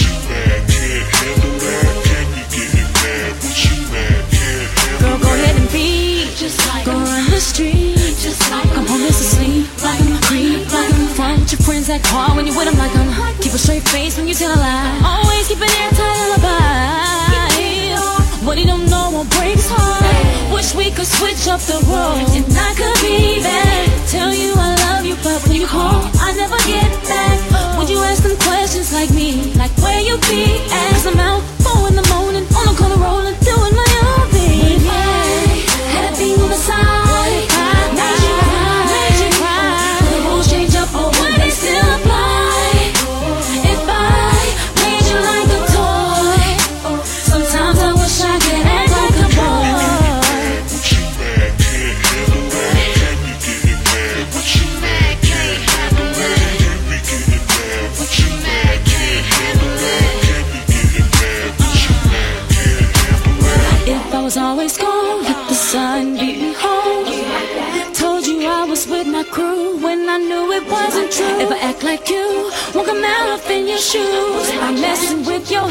you mad? Can't handle that? Can you get me mad? What you mad? Can't handle
Girl, go ahead and be just like go around the street, just like I'm homeless asleep, like I'm a creep, like I'm fine with your friends that call when you with them, like I'm keep a straight face when you tell a lie. Always keep an airtight alibi. What he don't know won't break his heart. Wish we could switch up the roles and I could be that. Tell you I love you, but when you call, I never get back. Would you ask them questions like me, like where you be? As I'm out, four in the morning, on the corner rolling, doing my own thing. Had a thing on the side, made you cry, made you cry. The rules change up, but would they still apply? If I made you like a toy, sometimes I wish I could act like a boy.
What you mad? Can't handle that? Can you get me mad? What you mad? Can't handle that? Can we get it mad? What you mad? Can't handle that? Can we get it mad? What you mad? Can't handle that?
If I was always gone, let the sun beat me home. Told you I was with my crew when I knew it wasn't true. If I act like you, won't come out up in your shoes. I'm messing with your